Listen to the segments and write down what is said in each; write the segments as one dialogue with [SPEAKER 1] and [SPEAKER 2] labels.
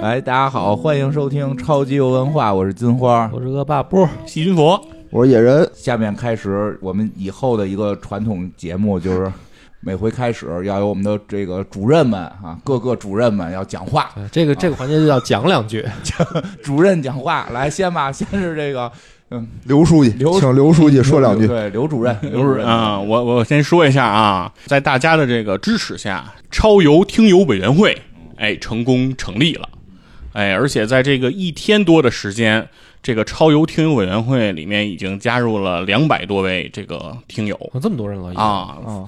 [SPEAKER 1] 哎，大家好，欢迎收听超级游文化，我是金花。
[SPEAKER 2] 我是恶霸波，
[SPEAKER 3] 细菌佛，
[SPEAKER 4] 我是野人，
[SPEAKER 1] 下面开始我们以后的一个传统节目，就是 每回开始要有我们的这个主任们啊，各个主任们要讲话，
[SPEAKER 2] 对哎这个
[SPEAKER 4] 啊
[SPEAKER 2] 这个环节就要讲两句。
[SPEAKER 1] 主任讲话，来，先吧，先是这个
[SPEAKER 4] 刘书记，
[SPEAKER 1] 刘
[SPEAKER 4] 请刘书记说两句。
[SPEAKER 1] 对，刘主任，刘
[SPEAKER 3] 刘主任啊，我我先说一下啊，在大家的这个支持下，超游听友委员会哎成功成立了，哎，而且在这个一天多的时间，这个超游听友委员会里面已经加入了两百多位这个听友
[SPEAKER 2] 哦这么多人了已经，
[SPEAKER 3] 啊，
[SPEAKER 1] 啊。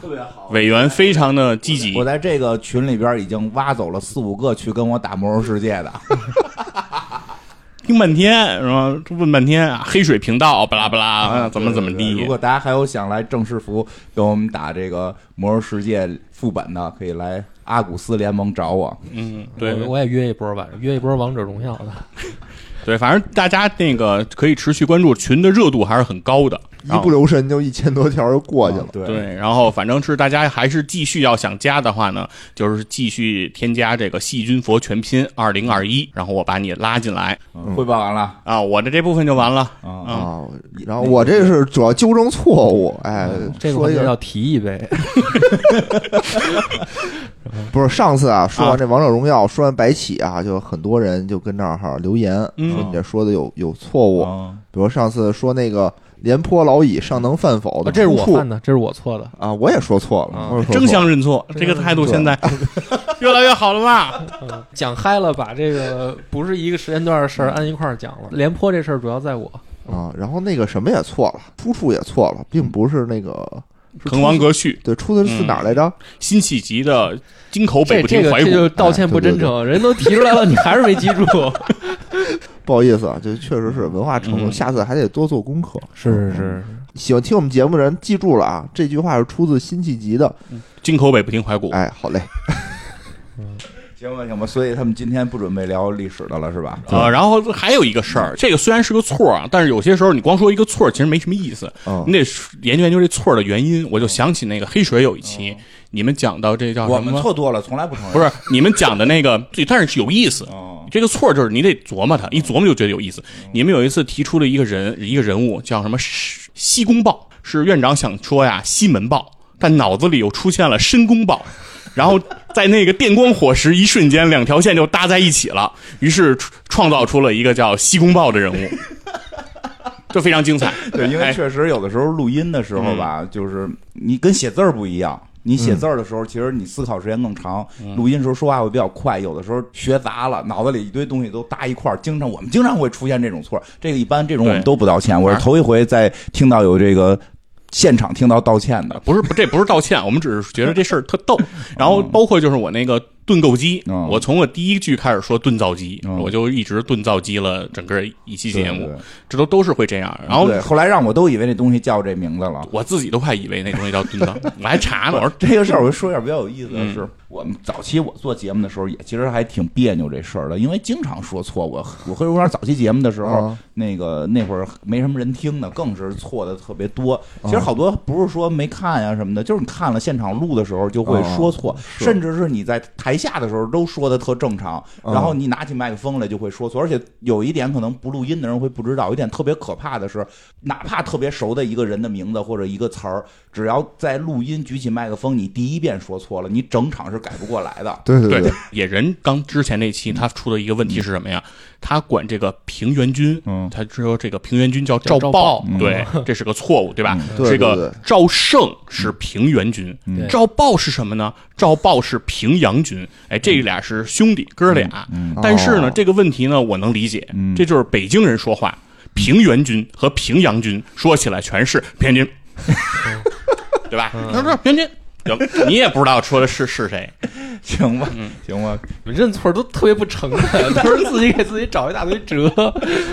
[SPEAKER 3] 委员非常的积极
[SPEAKER 1] 我，在这个群里边已经挖走了四五个去跟我打魔兽世界的，
[SPEAKER 3] 听半天是吧？问半天啊，黑水频道巴拉巴拉，啊怎么怎么
[SPEAKER 1] 对对对
[SPEAKER 3] 地
[SPEAKER 1] 如，果大家还有想来正式服跟我们打这个魔兽世界副本的，可以来阿古斯联盟找我。
[SPEAKER 3] 嗯，对，
[SPEAKER 2] 我我也约一波吧，约一波王者荣耀的。
[SPEAKER 3] 对，反正大家那个可以持续关注群的热度还是很高的，
[SPEAKER 4] 一
[SPEAKER 3] 然后
[SPEAKER 4] 不留神就一千多条就过去了
[SPEAKER 1] 啊。对
[SPEAKER 3] 对，然后反正是大家还是继续要想加的话呢，就是继续添加这个细菌佛全拼二零二一，然后我把你拉进来
[SPEAKER 1] 嗯汇报完了
[SPEAKER 3] 啊，我的这部分就完了。
[SPEAKER 1] 啊，
[SPEAKER 3] 嗯，
[SPEAKER 4] 啊，然后我这是主要纠正错误，哎，
[SPEAKER 2] 嗯这个
[SPEAKER 4] 说
[SPEAKER 2] 环
[SPEAKER 4] 一
[SPEAKER 2] 节
[SPEAKER 4] 下
[SPEAKER 2] 要提一杯，
[SPEAKER 4] 不是上次啊，说
[SPEAKER 3] 啊
[SPEAKER 4] 完这王者荣耀，说完白起啊，就很多人就跟这儿哈留言说
[SPEAKER 3] 嗯
[SPEAKER 4] 你这说的有有错误，
[SPEAKER 2] 啊
[SPEAKER 1] 我
[SPEAKER 4] 比如上次说那个廉颇老矣，尚能饭否
[SPEAKER 2] 啊
[SPEAKER 4] 的
[SPEAKER 2] 这是我
[SPEAKER 4] 出处
[SPEAKER 2] 犯的，这是我错的。
[SPEAKER 4] 啊，我也说错了，
[SPEAKER 2] 啊
[SPEAKER 4] 我也说错了
[SPEAKER 3] 争相认错，这个态度现在越来越好了吧？
[SPEAKER 2] 嗯讲嗨了，把这个不是一个时间段的事儿按一块儿讲了。廉颇这事儿主要在我，
[SPEAKER 4] 啊，然后那个什么也错了，出处也错了，并不是那个是
[SPEAKER 3] 滕王
[SPEAKER 4] 出
[SPEAKER 3] 阁序
[SPEAKER 4] 对出的
[SPEAKER 2] 嗯
[SPEAKER 4] 是哪儿来着？
[SPEAKER 3] 辛弃疾的京口北
[SPEAKER 2] 这
[SPEAKER 3] 不
[SPEAKER 2] 这
[SPEAKER 3] 听
[SPEAKER 2] 个
[SPEAKER 3] 怀
[SPEAKER 2] 这
[SPEAKER 3] 古，哎
[SPEAKER 2] 就道歉不真诚，人都提出来了，你还是没记 住。
[SPEAKER 4] 不好意思啊，这确实是文化程度，
[SPEAKER 3] 嗯
[SPEAKER 4] 下次还得多做功课。
[SPEAKER 2] 是是是，
[SPEAKER 4] 喜欢听我们节目的人记住了啊，这句话是出自辛弃疾的。
[SPEAKER 1] 哦
[SPEAKER 3] 京口北不听怀古。
[SPEAKER 4] 哎，好嘞，
[SPEAKER 1] 行吧行吧，所以他们今天不准备聊历史的了是吧？
[SPEAKER 3] 呃，然后还有一个事儿，这个虽然是个错啊，但是有些时候你光说一个错儿，其实没什么意思。
[SPEAKER 4] 嗯
[SPEAKER 3] 你，得研究研究这错儿的原因。我就想起那个黑水有一期，你们讲到这叫
[SPEAKER 1] 我
[SPEAKER 3] 啊什么
[SPEAKER 1] 们？错多了，从来不承认。
[SPEAKER 3] 不是你们讲的那个，对，但是有意思。
[SPEAKER 1] 哦，
[SPEAKER 3] 这个错就是你得琢磨它，一琢磨就觉得有意思。你们有一次提出了一个人一个人物叫什么西西宫豹，是院长想说呀西门豹，但脑子里又出现了申公豹，然后在那个电光火石一瞬间，两条线就搭在一起了，于是创创造出了一个叫西宫豹的人物，这非常精彩。
[SPEAKER 1] 对，因为
[SPEAKER 3] 哎嗯
[SPEAKER 1] 确实有的时候录音的时候吧，就是你跟写字儿不一样。你写字儿的时候，其实你思考时间更长；
[SPEAKER 3] 嗯
[SPEAKER 1] 录音时候说话会比较快，有的时候学杂了，脑子里一堆东西都搭一块儿。经常我们经常会出现这种错儿，这个一般这种我们
[SPEAKER 3] 对啊
[SPEAKER 1] 都不道歉。我是头一回在听到有这个现场听到道歉的。
[SPEAKER 3] 不是，不这不是道歉，我们只是觉得这事儿特 逗。然后包括就是我那个盾构机，
[SPEAKER 1] 嗯
[SPEAKER 3] 我从我第一句开始说盾造机，
[SPEAKER 1] 嗯
[SPEAKER 3] 我就一直盾造机了整个一期节目，
[SPEAKER 1] 对对
[SPEAKER 3] 这都都是会这样。然后
[SPEAKER 1] 对，后来让我都以为那东西叫这名字了。
[SPEAKER 3] 我自己都快以为那东西叫盾造，我还查呢，我说
[SPEAKER 1] 这个事儿，我说一下比较有意思的
[SPEAKER 3] 嗯
[SPEAKER 1] 是，我们早期我做节目的时候，也其实还挺别扭这事儿的，因为经常说错。我我黑龙江早期节目的时候
[SPEAKER 4] 啊，
[SPEAKER 1] 那个那会儿没什么人听的，更是错的特别多。其实
[SPEAKER 4] 啊
[SPEAKER 1] 好多不是说没看呀什么的，就是你看了现场录的时候就
[SPEAKER 4] 啊
[SPEAKER 1] 会说错，
[SPEAKER 4] 是
[SPEAKER 1] 甚至是你在台下的时候都说的特正常，
[SPEAKER 4] 啊
[SPEAKER 1] 然后你拿起麦克风来就会说错。而且有一点可能不录音的人会不知道，有一点特别可怕的是，哪怕特别熟的一个人的名字或者一个词儿，只要在录音举起麦克风，你第一遍说错了，你整场是改不过来 的。
[SPEAKER 4] 对对
[SPEAKER 3] 对
[SPEAKER 4] 对，
[SPEAKER 3] 野人刚之前那期他出的一个问题是什么呀？他管这个平原君，
[SPEAKER 1] 嗯
[SPEAKER 3] 他说这个平原君叫
[SPEAKER 2] 叫
[SPEAKER 3] 赵
[SPEAKER 2] 赵
[SPEAKER 3] 豹
[SPEAKER 1] 豹，
[SPEAKER 3] 对，这是个错误，对吧？
[SPEAKER 4] 对对
[SPEAKER 3] 这
[SPEAKER 4] 对
[SPEAKER 3] 个赵胜是平原君，
[SPEAKER 2] 对
[SPEAKER 3] 赵豹是什么呢？赵豹是平阳君，哎，这俩是兄弟哥俩。
[SPEAKER 1] 嗯
[SPEAKER 3] 但是呢，
[SPEAKER 4] 哦
[SPEAKER 3] 这个问题呢，我能理解，
[SPEAKER 1] 嗯
[SPEAKER 3] 这就是北京人说话，平原君和平阳君说起来全是平原君，对吧？他说平原君。行你也不知道说的是是谁，
[SPEAKER 1] 行吧，行吧，
[SPEAKER 2] 你 们认错都特别不诚恳，都是自己给自己找一大堆辙。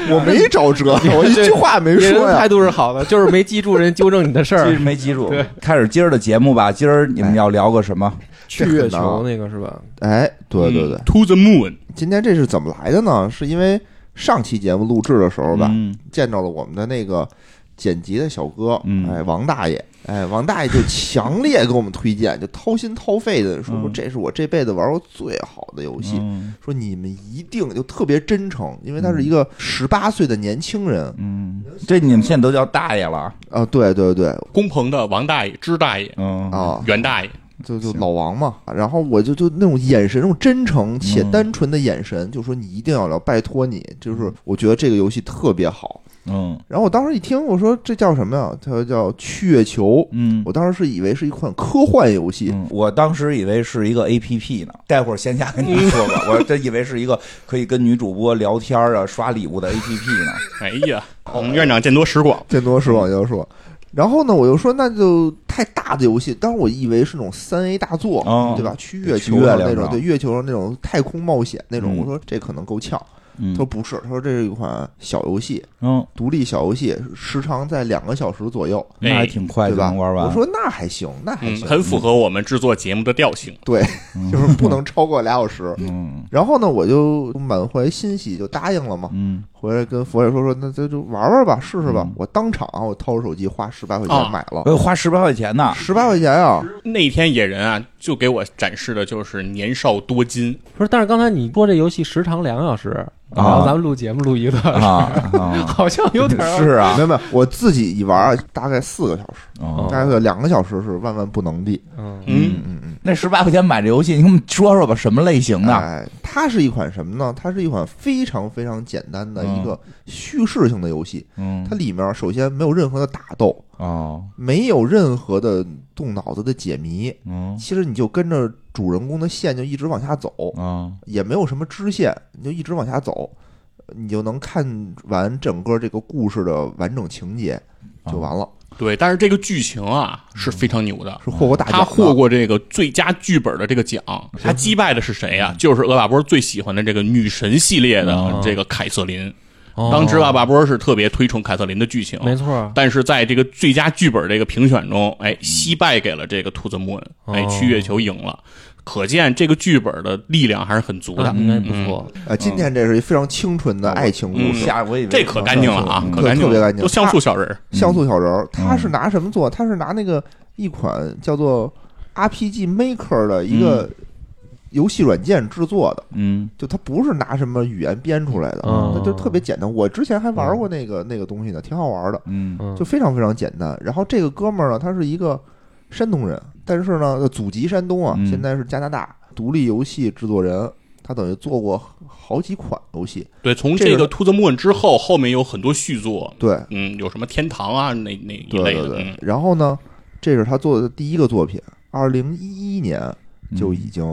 [SPEAKER 4] 我没找辙， 我一句话没
[SPEAKER 2] 别人
[SPEAKER 4] 说呀
[SPEAKER 2] 态。度是好的，就是没记住人纠正你的事
[SPEAKER 1] 其
[SPEAKER 2] 儿
[SPEAKER 1] 实。没记住
[SPEAKER 2] 对。
[SPEAKER 1] 开始今儿的节目吧，今儿你们要聊个什么？
[SPEAKER 2] 去
[SPEAKER 4] 啊
[SPEAKER 2] 月球那个是吧？
[SPEAKER 4] 哎，对对对
[SPEAKER 3] 嗯，，To the moon，
[SPEAKER 4] 今天这是怎么来的呢？是因为上期节目录制的时候吧，
[SPEAKER 1] 嗯
[SPEAKER 4] 见到了我们的那个剪辑的小哥，
[SPEAKER 1] 嗯
[SPEAKER 4] 哎，王大爷，哎，王大爷就强烈给我们推荐，就掏心掏肺的说
[SPEAKER 1] 嗯
[SPEAKER 4] 说这是我这辈子玩过最好的游戏，
[SPEAKER 1] 嗯
[SPEAKER 4] 说你们一定就特别真诚，因为他是一个十八岁的年轻人
[SPEAKER 1] 嗯，这你们现在都叫大爷了，
[SPEAKER 4] 啊，对对对，
[SPEAKER 3] 工棚的王大爷、支大爷、
[SPEAKER 1] 嗯，
[SPEAKER 4] 啊，
[SPEAKER 3] 袁大爷，
[SPEAKER 4] 就就
[SPEAKER 1] 行
[SPEAKER 4] 老王嘛，然后我就就那种眼神，那种真诚且
[SPEAKER 1] 嗯
[SPEAKER 4] 单纯的眼神，就说你一定要聊，拜托你，就是我觉得这个游戏特别好。
[SPEAKER 1] 嗯
[SPEAKER 4] 然后我当时一听，我说这叫什么呀？它叫《去月球》。
[SPEAKER 1] 嗯
[SPEAKER 4] 我当时是以为是一款科幻游戏，
[SPEAKER 1] 嗯，我当时以为是一个 A P P 呢，待会儿线下跟你们说 吧，我真以为是一个可以跟女主播聊天啊、刷礼物的 A P P 呢。
[SPEAKER 3] 哎呀，我们院长见多识广，
[SPEAKER 4] 见多识广就说。然后呢，我又说那就太大的游戏，当时我以为是那种三 A 大作，
[SPEAKER 1] 哦
[SPEAKER 4] 对吧？去月
[SPEAKER 1] 去
[SPEAKER 4] 球
[SPEAKER 1] 月
[SPEAKER 4] 上
[SPEAKER 1] 亮
[SPEAKER 4] 那种，
[SPEAKER 1] 上
[SPEAKER 4] 对月球上那种太空冒险那种，
[SPEAKER 1] 嗯
[SPEAKER 4] 我说这可能够呛。
[SPEAKER 1] 嗯
[SPEAKER 4] 他说不是，他说这是一款小游戏，
[SPEAKER 1] 嗯，
[SPEAKER 4] 独立小游戏，时长在两个小时左右，
[SPEAKER 1] 那还挺快
[SPEAKER 4] 对
[SPEAKER 1] 就
[SPEAKER 4] 吧？
[SPEAKER 1] 能玩完。
[SPEAKER 4] 我说那还行，那还
[SPEAKER 3] 嗯，
[SPEAKER 4] 行，
[SPEAKER 3] 很符合我们制作节目的调性。
[SPEAKER 4] 对，
[SPEAKER 1] 嗯
[SPEAKER 4] 就是不能超过俩小时。
[SPEAKER 1] 嗯
[SPEAKER 4] 然后呢，我就满怀欣喜就答应了嘛。
[SPEAKER 1] 嗯
[SPEAKER 4] 回来跟佛爷说说，那就就玩玩吧，试试吧
[SPEAKER 1] 嗯。
[SPEAKER 4] 我当场啊我掏出手机花十八块
[SPEAKER 3] 啊
[SPEAKER 4] 钱买了，
[SPEAKER 1] 我花十八块钱呢。
[SPEAKER 4] 十八块钱啊！
[SPEAKER 3] 那天野人啊，就给我展示的就是年少多金，
[SPEAKER 2] 不是，但是刚才你说这游戏时长两个小时，然后咱们录节目录一个，
[SPEAKER 1] 啊啊，
[SPEAKER 2] 好像有点儿
[SPEAKER 1] 是啊
[SPEAKER 4] 没，有没有，我自己一玩啊，大概四个小时，
[SPEAKER 1] 哦
[SPEAKER 4] 大概两个小时是万万不能的。
[SPEAKER 2] 嗯
[SPEAKER 3] 嗯，
[SPEAKER 4] 嗯嗯
[SPEAKER 1] 那十八块钱买这游戏，你给我们说说吧，什么类型
[SPEAKER 4] 嗯，
[SPEAKER 1] 的？
[SPEAKER 4] 哎，它是一款什么呢？它是一款非常非常简单的一个叙事性的游戏。
[SPEAKER 1] 嗯
[SPEAKER 4] 它里面首先没有任何的打斗，
[SPEAKER 1] 哦，
[SPEAKER 4] 没有任何的动脑子的解谜，
[SPEAKER 1] 嗯
[SPEAKER 4] 其实你就跟着主人公的线就一直往下走，
[SPEAKER 1] 啊，
[SPEAKER 4] 也没有什么支线，你就一直往下走，你就能看完整个这个故事的完整情节就完了，
[SPEAKER 3] 对。但是这个剧情啊是非常牛的，
[SPEAKER 4] 是获过大奖
[SPEAKER 3] 他
[SPEAKER 4] 的。
[SPEAKER 3] 获过这个最佳剧本的这个奖，他击败的是谁呀、就是厄瓦波最喜欢的这个女神系列的
[SPEAKER 2] 嗯
[SPEAKER 3] 这个凯瑟琳。当时厄瓦波是特别推崇凯瑟琳的剧情，
[SPEAKER 2] 没错，
[SPEAKER 3] 但是在这个最佳剧本这个评选中，哎，
[SPEAKER 1] 嗯
[SPEAKER 3] 惜败给了这个《兔子木恩》，哎，
[SPEAKER 2] 哦
[SPEAKER 3] 去月球赢了。可见这个剧本的力量还是很足的
[SPEAKER 1] 嗯
[SPEAKER 2] 那，应该不错。
[SPEAKER 4] 呃，今天这是一非常清纯的爱情故
[SPEAKER 3] 嗯
[SPEAKER 4] 事，
[SPEAKER 1] 下我以为
[SPEAKER 3] 这可干净了啊
[SPEAKER 4] 嗯，
[SPEAKER 3] 可干净
[SPEAKER 4] 特别
[SPEAKER 3] 了，
[SPEAKER 4] 干净
[SPEAKER 3] 都像素小人儿。
[SPEAKER 4] 像素小人儿，他是拿什么做？他是拿那个一款叫做 RPG Maker 的一个游戏软件制作的，
[SPEAKER 1] 嗯
[SPEAKER 4] 就它不是拿什么语言编出来的，
[SPEAKER 2] 嗯
[SPEAKER 3] 哦
[SPEAKER 4] 它就特别简单。我之前还玩过那
[SPEAKER 3] 嗯
[SPEAKER 4] 个那个东西呢，挺好玩的。
[SPEAKER 1] 嗯
[SPEAKER 2] 嗯
[SPEAKER 4] 就非常非常简单。然后这个哥们儿呢，他是一个山东人，但是呢，祖籍山东啊，
[SPEAKER 1] 嗯
[SPEAKER 4] 现在是加拿大独立游戏制作人。他等于做过好几款游戏，
[SPEAKER 3] 对，从
[SPEAKER 4] 这
[SPEAKER 3] 这
[SPEAKER 4] 个
[SPEAKER 3] 个《兔子木恩》之后，后面有很多续作，
[SPEAKER 4] 对
[SPEAKER 3] 嗯，有什么天堂啊那那一
[SPEAKER 4] 对
[SPEAKER 3] 类
[SPEAKER 4] 对
[SPEAKER 3] 的，
[SPEAKER 4] 对
[SPEAKER 3] 嗯。
[SPEAKER 4] 然后呢，这是他做的第一个作品，二零一一年
[SPEAKER 3] 嗯
[SPEAKER 4] 就已经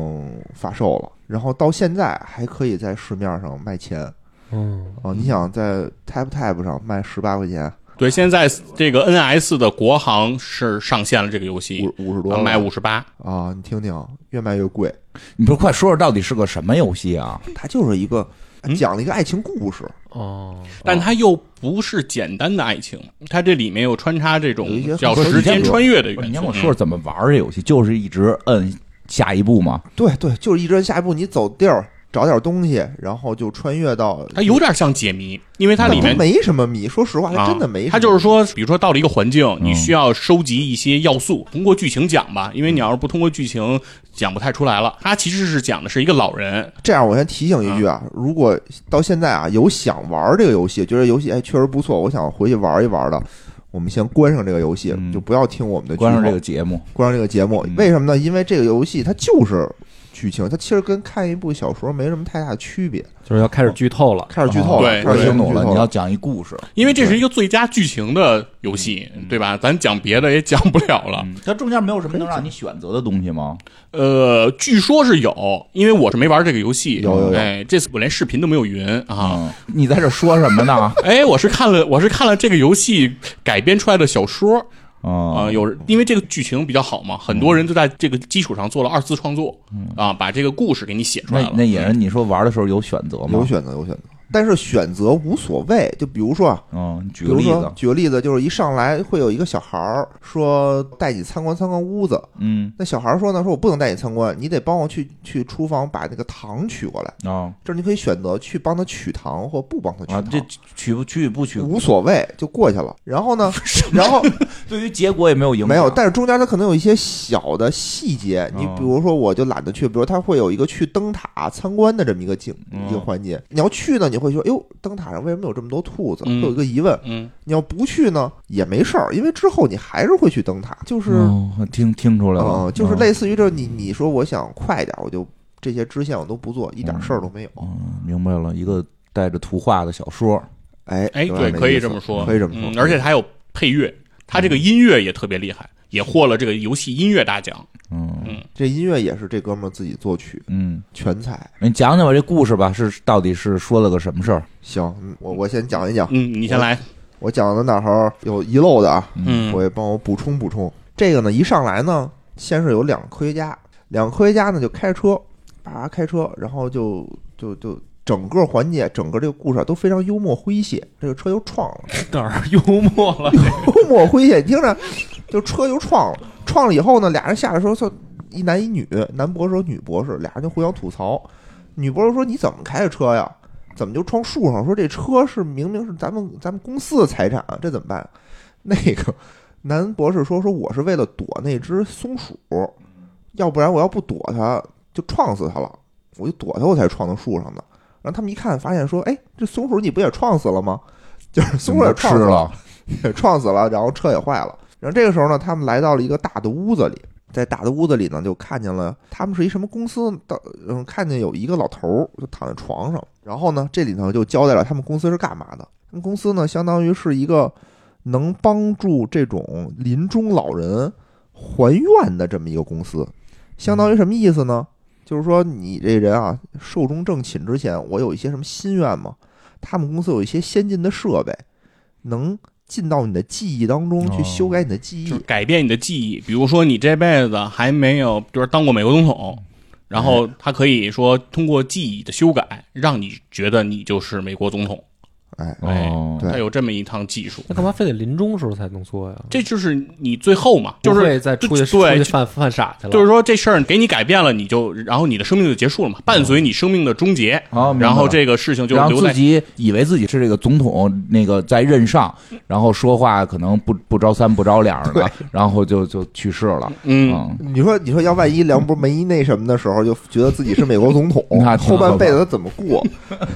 [SPEAKER 4] 发售了，然后到现在还可以在市面上卖钱
[SPEAKER 2] 嗯
[SPEAKER 4] 哦。你想在 Tap Tap 上卖十八块钱，
[SPEAKER 3] 对，现在这个 NS 的国行是上线了这个游戏
[SPEAKER 4] 五，五十多
[SPEAKER 3] 啊
[SPEAKER 4] 了，
[SPEAKER 3] 卖五十八，
[SPEAKER 4] 啊！你听听，越卖越 贵。
[SPEAKER 1] 你不是快说说到底是个什么游戏啊？
[SPEAKER 4] 它就是一个
[SPEAKER 3] 嗯
[SPEAKER 4] 讲了一个爱情故事，
[SPEAKER 2] 哦，
[SPEAKER 3] 但它又不是简单的爱情，它这里面又穿插这
[SPEAKER 4] 有一些
[SPEAKER 3] 种
[SPEAKER 4] 很
[SPEAKER 3] 叫
[SPEAKER 1] 多
[SPEAKER 3] 时间穿越的
[SPEAKER 1] 不是
[SPEAKER 3] 元
[SPEAKER 1] 你先
[SPEAKER 3] 素
[SPEAKER 1] 跟我。说说
[SPEAKER 3] 嗯
[SPEAKER 1] 怎么玩这游戏，就是一直摁下一步吗？
[SPEAKER 4] 对对，就是一直下一步，你走地儿找点东西，然后就穿越到
[SPEAKER 3] 它哎有点像解谜，因为它
[SPEAKER 4] 但
[SPEAKER 3] 里面
[SPEAKER 4] 它没什么谜，说实话，它
[SPEAKER 3] 啊
[SPEAKER 4] 真的没什么。
[SPEAKER 3] 它就是说，比如说到了一个环境，你
[SPEAKER 1] 嗯
[SPEAKER 3] 需要收集一些要素，通过剧情讲吧，因为你要是不通过剧情讲不太出来了。它其实是讲的是一个老人，
[SPEAKER 4] 这样，我先提醒一句啊，如果到现在啊有想玩这个游戏，觉得游戏哎确实不错，我想回去玩一玩的。我们先关上这个游戏，
[SPEAKER 1] 嗯
[SPEAKER 4] 就不要听我们的剧
[SPEAKER 1] 关上
[SPEAKER 4] 透
[SPEAKER 1] 这个节目，
[SPEAKER 4] 关上这个节目
[SPEAKER 1] 嗯。
[SPEAKER 4] 为什么呢？因为这个游戏它就是剧情，它其实跟看一部小说没什么太大区别。
[SPEAKER 2] 就是要开始剧透了。
[SPEAKER 4] 开始剧透了，
[SPEAKER 3] 哦对啊
[SPEAKER 4] 开
[SPEAKER 1] 我
[SPEAKER 4] 始
[SPEAKER 1] 啊听懂
[SPEAKER 4] 剧
[SPEAKER 1] 了，
[SPEAKER 4] 透
[SPEAKER 1] 你要讲一故事。
[SPEAKER 3] 因为这是一个最佳剧情的游戏，
[SPEAKER 4] 嗯
[SPEAKER 3] 对吧？咱讲别的也讲不了了。
[SPEAKER 1] 嗯它中间没有什么能让你选择的东西吗？
[SPEAKER 3] 呃，据说是有，因为我是没玩这个游戏，
[SPEAKER 4] 有有有
[SPEAKER 3] 哎，这次我连视频都没有云啊。
[SPEAKER 1] 嗯，你在这说什么呢？
[SPEAKER 3] 哎，我是看了，我是看了这个游戏改编出来的小说啊、
[SPEAKER 1] 啊，
[SPEAKER 3] 有因为这个剧情比较好嘛，很多人就在这个基础上做了二次创作啊，把这个故事给你写出来
[SPEAKER 1] 那
[SPEAKER 3] 了。
[SPEAKER 1] 那野人，你说玩的时候有选择吗？
[SPEAKER 4] 有选择，有选择。但是选择无所谓。就比如说啊，
[SPEAKER 1] 嗯，你举
[SPEAKER 4] 比
[SPEAKER 1] 个
[SPEAKER 4] 如
[SPEAKER 1] 例
[SPEAKER 4] 说
[SPEAKER 1] 子，
[SPEAKER 4] 举个例子，就是一上来会有一个小孩儿说带你参观参观屋子，
[SPEAKER 1] 嗯，
[SPEAKER 4] 那小孩儿说呢，说我不能带你参观，你得帮我去去厨房把那个糖取过来。
[SPEAKER 1] 哦
[SPEAKER 4] 这儿你可以选择去帮他取糖或不帮他取
[SPEAKER 1] 啊，
[SPEAKER 4] 糖，
[SPEAKER 1] 这取不取与不取，
[SPEAKER 4] 无所谓，就过去了。然后 呢，然后
[SPEAKER 1] 对于结果也没有影响。
[SPEAKER 4] 没有，但是中间它可能有一些小的细节，你
[SPEAKER 1] 哦
[SPEAKER 4] 比如说我就懒得去，比如它会有一个去灯塔参观的这么一个景
[SPEAKER 1] 嗯
[SPEAKER 4] 一个环节，你要去呢，你会说，哟，灯塔上为什么有这么多兔子？
[SPEAKER 3] 嗯
[SPEAKER 4] 会有一个疑问。
[SPEAKER 3] 嗯，
[SPEAKER 4] 你要不去呢也没事儿，因为之后你还是会去灯塔，就是
[SPEAKER 1] 哦听听出来了
[SPEAKER 4] 嗯，，就是
[SPEAKER 1] 嗯
[SPEAKER 4] 类似于这你你说我想快一点，我就这些支线我都不做，一点事儿都没有。
[SPEAKER 1] 嗯，明白了，一个带着图画的小说，
[SPEAKER 4] 哎
[SPEAKER 3] 哎，
[SPEAKER 4] 有
[SPEAKER 3] 对，
[SPEAKER 4] 点那
[SPEAKER 3] 可
[SPEAKER 4] 意
[SPEAKER 3] 以
[SPEAKER 4] 思
[SPEAKER 3] 这么说，
[SPEAKER 4] 可以这么
[SPEAKER 3] 嗯
[SPEAKER 4] 说。
[SPEAKER 3] 而且它有配乐，它这个音乐也特别厉害，也获了这个游戏音乐大奖。
[SPEAKER 1] 嗯
[SPEAKER 3] 嗯，
[SPEAKER 4] 这音乐也是这哥们儿自己作曲，
[SPEAKER 1] 嗯，
[SPEAKER 4] 全才。
[SPEAKER 1] 你讲讲吧，这故事吧，是到底是说了个什么事儿？
[SPEAKER 4] 行，嗯我我先讲一讲，
[SPEAKER 3] 嗯，你先来，
[SPEAKER 4] 我讲的哪儿有遗漏的啊，
[SPEAKER 3] 嗯
[SPEAKER 4] 我也帮我补充补充。这个呢，一上来呢，先是有两个科学家，两个科学家呢就开着车，叭开车，然后就就就整个环节，整个这个故事啊都非常幽默诙谐。这个车又撞了，
[SPEAKER 2] 哪儿幽默了？
[SPEAKER 4] 幽默诙谐，你听着，就车就撞了，撞了以后呢，俩人下来的时候，就一男一女，男博士和女博士，俩人就互相吐槽。女博士说：“你怎么开的车呀？怎么就撞树上？说这车是明明是咱们咱们公司的财产啊，这怎么办？”那个男博士说：“说我是为了躲那只松鼠，要不然我要不躲它，就撞死它了。我就躲它，我才撞到树上的。”然后他们一看，发现说：“哎，这松鼠你不也撞死了吗？就是松鼠也
[SPEAKER 1] 嗯吃
[SPEAKER 4] 撞死了。”
[SPEAKER 1] 了，
[SPEAKER 4] 也 撞死了，然后车也坏了。然后这个时候呢，他们来到了一个大的屋子里，在大的屋子里呢，就看见了他们是一什么公司的，嗯，看见有一个老头儿就躺在床上。然后呢，这里头就交代了他们公司是干嘛的。他们公司呢，相当于是一个能帮助这种临终老人还愿的这么一个公司，相当于什么意思呢？就是说，你这人啊，寿终正寝之前，我有一些什么心愿吗？他们公司有一些先进的设备，能进到你的记忆当中去
[SPEAKER 1] 哦
[SPEAKER 4] 修改你的记忆。
[SPEAKER 3] 就是改变你的记忆，比如说你这辈子还没有，就是当过美国总统，然后他可以说通过记忆的修改，让你觉得你就是美国总统，
[SPEAKER 4] 哎，
[SPEAKER 3] 哎
[SPEAKER 1] 哦，
[SPEAKER 4] 对
[SPEAKER 3] 他有这么一趟技术，
[SPEAKER 2] 那干嘛非得临终时候才能做呀？
[SPEAKER 3] 这就是你最后嘛，就
[SPEAKER 2] 不
[SPEAKER 3] 是
[SPEAKER 2] 会再出去
[SPEAKER 3] 就对
[SPEAKER 2] 出去犯犯傻去了。
[SPEAKER 3] 就是说这事儿给你改变了，你就然后你的生命就结束了嘛，伴随你生命的终结，
[SPEAKER 1] 好，嗯明白了
[SPEAKER 3] 然后这个事情就
[SPEAKER 1] 然后
[SPEAKER 3] 留
[SPEAKER 1] 自
[SPEAKER 3] 在。
[SPEAKER 1] 己以为自己是这个总统，那个在任上，然后说话可能不不着三不着两的，然后就就去世了。
[SPEAKER 3] 嗯，
[SPEAKER 1] 嗯，，
[SPEAKER 4] 你说，你说，要万一梁博没那什么的时候，就觉得自己是美国总统
[SPEAKER 1] 那挺
[SPEAKER 4] 后半辈子他怎么 过？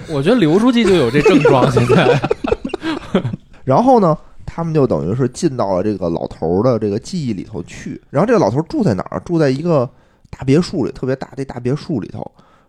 [SPEAKER 2] 我觉得刘书记就有这症 状，现在
[SPEAKER 4] 然后呢，他们就等于是进到了这个老头儿的这个记忆里头去。然后这个老头儿住在哪儿？住在一个大别墅里，特别大，这大别墅里头。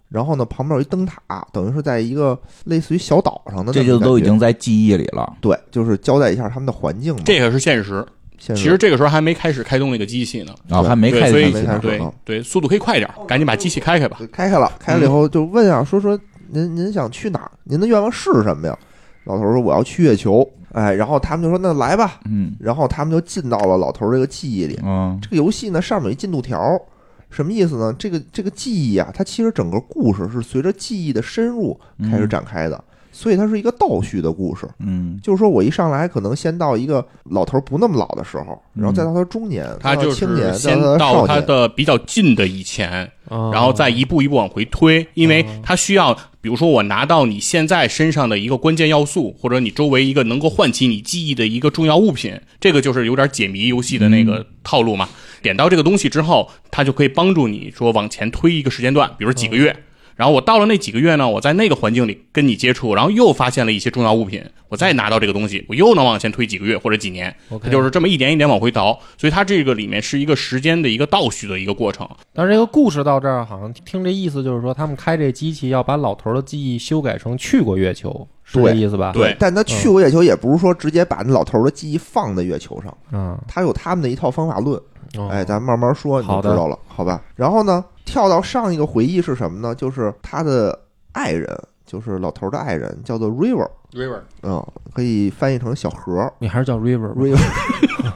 [SPEAKER 4] 然后呢，旁边有一灯塔，等于是在一个类似于小岛上的那种
[SPEAKER 1] 这
[SPEAKER 4] 感觉，
[SPEAKER 1] 就都已经在记忆里了。
[SPEAKER 4] 对，就是交代一下他们的环境嘛。
[SPEAKER 3] 这个是现实。
[SPEAKER 4] 现
[SPEAKER 3] 其实这个时候还没开始开动那个机器呢，
[SPEAKER 1] 然啊后还没
[SPEAKER 3] 对
[SPEAKER 1] 开
[SPEAKER 3] 所
[SPEAKER 1] 始
[SPEAKER 3] 以
[SPEAKER 1] 记
[SPEAKER 4] 还没开
[SPEAKER 1] 呢
[SPEAKER 4] 始
[SPEAKER 3] 对
[SPEAKER 4] 嗯
[SPEAKER 3] 对，速度可以快一点，赶紧把机器开开吧。
[SPEAKER 4] 开开了，开了以后
[SPEAKER 3] 嗯
[SPEAKER 4] 就问啊，说说您您想去哪儿？您的愿望是什么呀？老头儿说我要去月球。哎，然后他们就说那来吧，
[SPEAKER 1] 嗯
[SPEAKER 4] 然后他们就进到了老头儿这个记忆里。
[SPEAKER 1] 嗯
[SPEAKER 4] 这个游戏呢，上面有一进度条儿，什么意思呢？这个这个记忆啊，它其实整个故事是随着记忆的深入开
[SPEAKER 3] 嗯
[SPEAKER 4] 始展开的，所以它是一个倒叙的故事。
[SPEAKER 1] 嗯，
[SPEAKER 4] 就是说我一上来可能先到一个老头儿不那么老的时候，然后再到他中年，
[SPEAKER 3] 嗯他
[SPEAKER 4] 再
[SPEAKER 1] 哦
[SPEAKER 4] 到
[SPEAKER 3] 就
[SPEAKER 4] 青年，
[SPEAKER 3] 是
[SPEAKER 4] 再
[SPEAKER 3] 先
[SPEAKER 4] 到他
[SPEAKER 3] 到他
[SPEAKER 4] 少年。
[SPEAKER 3] 的比较近的以前，
[SPEAKER 2] 然
[SPEAKER 3] 然后再一步一步往回推，因为它需要，比如说我拿到你现在身上的一个关键要素，或者你周围一个能够唤起你记忆的一个重要物品，这个就是有点解谜游戏的那个套路嘛。点到这个东西之后，它就可以帮助你说往前推一个时间段，比如几个月。然后我到了那几个月呢，我在那个环境里跟你接触，然后又发现了一些重要物品，我再拿到这个东西，我又能往前推几个月或者几年，
[SPEAKER 2] 嗯
[SPEAKER 3] 它
[SPEAKER 2] OK，
[SPEAKER 3] 就是这么一点一点往回倒。所以它这个里面是一个时间的一个倒叙的一个过程。
[SPEAKER 2] 但是这个故事到这儿，好像听这意思就是说，他们开这机器要把老头的记忆修改成去过月球，是这
[SPEAKER 4] 对
[SPEAKER 2] 意思吧？
[SPEAKER 3] 对
[SPEAKER 4] 但他去过月球，也不是说直接把那老头儿的记忆放在月球上，
[SPEAKER 2] 嗯，
[SPEAKER 4] 他有他们的一套方法论。
[SPEAKER 2] 哦
[SPEAKER 4] 哎，咱慢慢说，你就
[SPEAKER 2] 好
[SPEAKER 4] 知
[SPEAKER 2] 的
[SPEAKER 4] 道了，好吧？然后呢，跳到上一个回忆是什么呢？就是他的爱人，就是老头儿的爱人，叫做 River，
[SPEAKER 3] River，
[SPEAKER 4] 嗯，可以翻译成小河。
[SPEAKER 2] 哦你还是叫 River 吧
[SPEAKER 4] River，River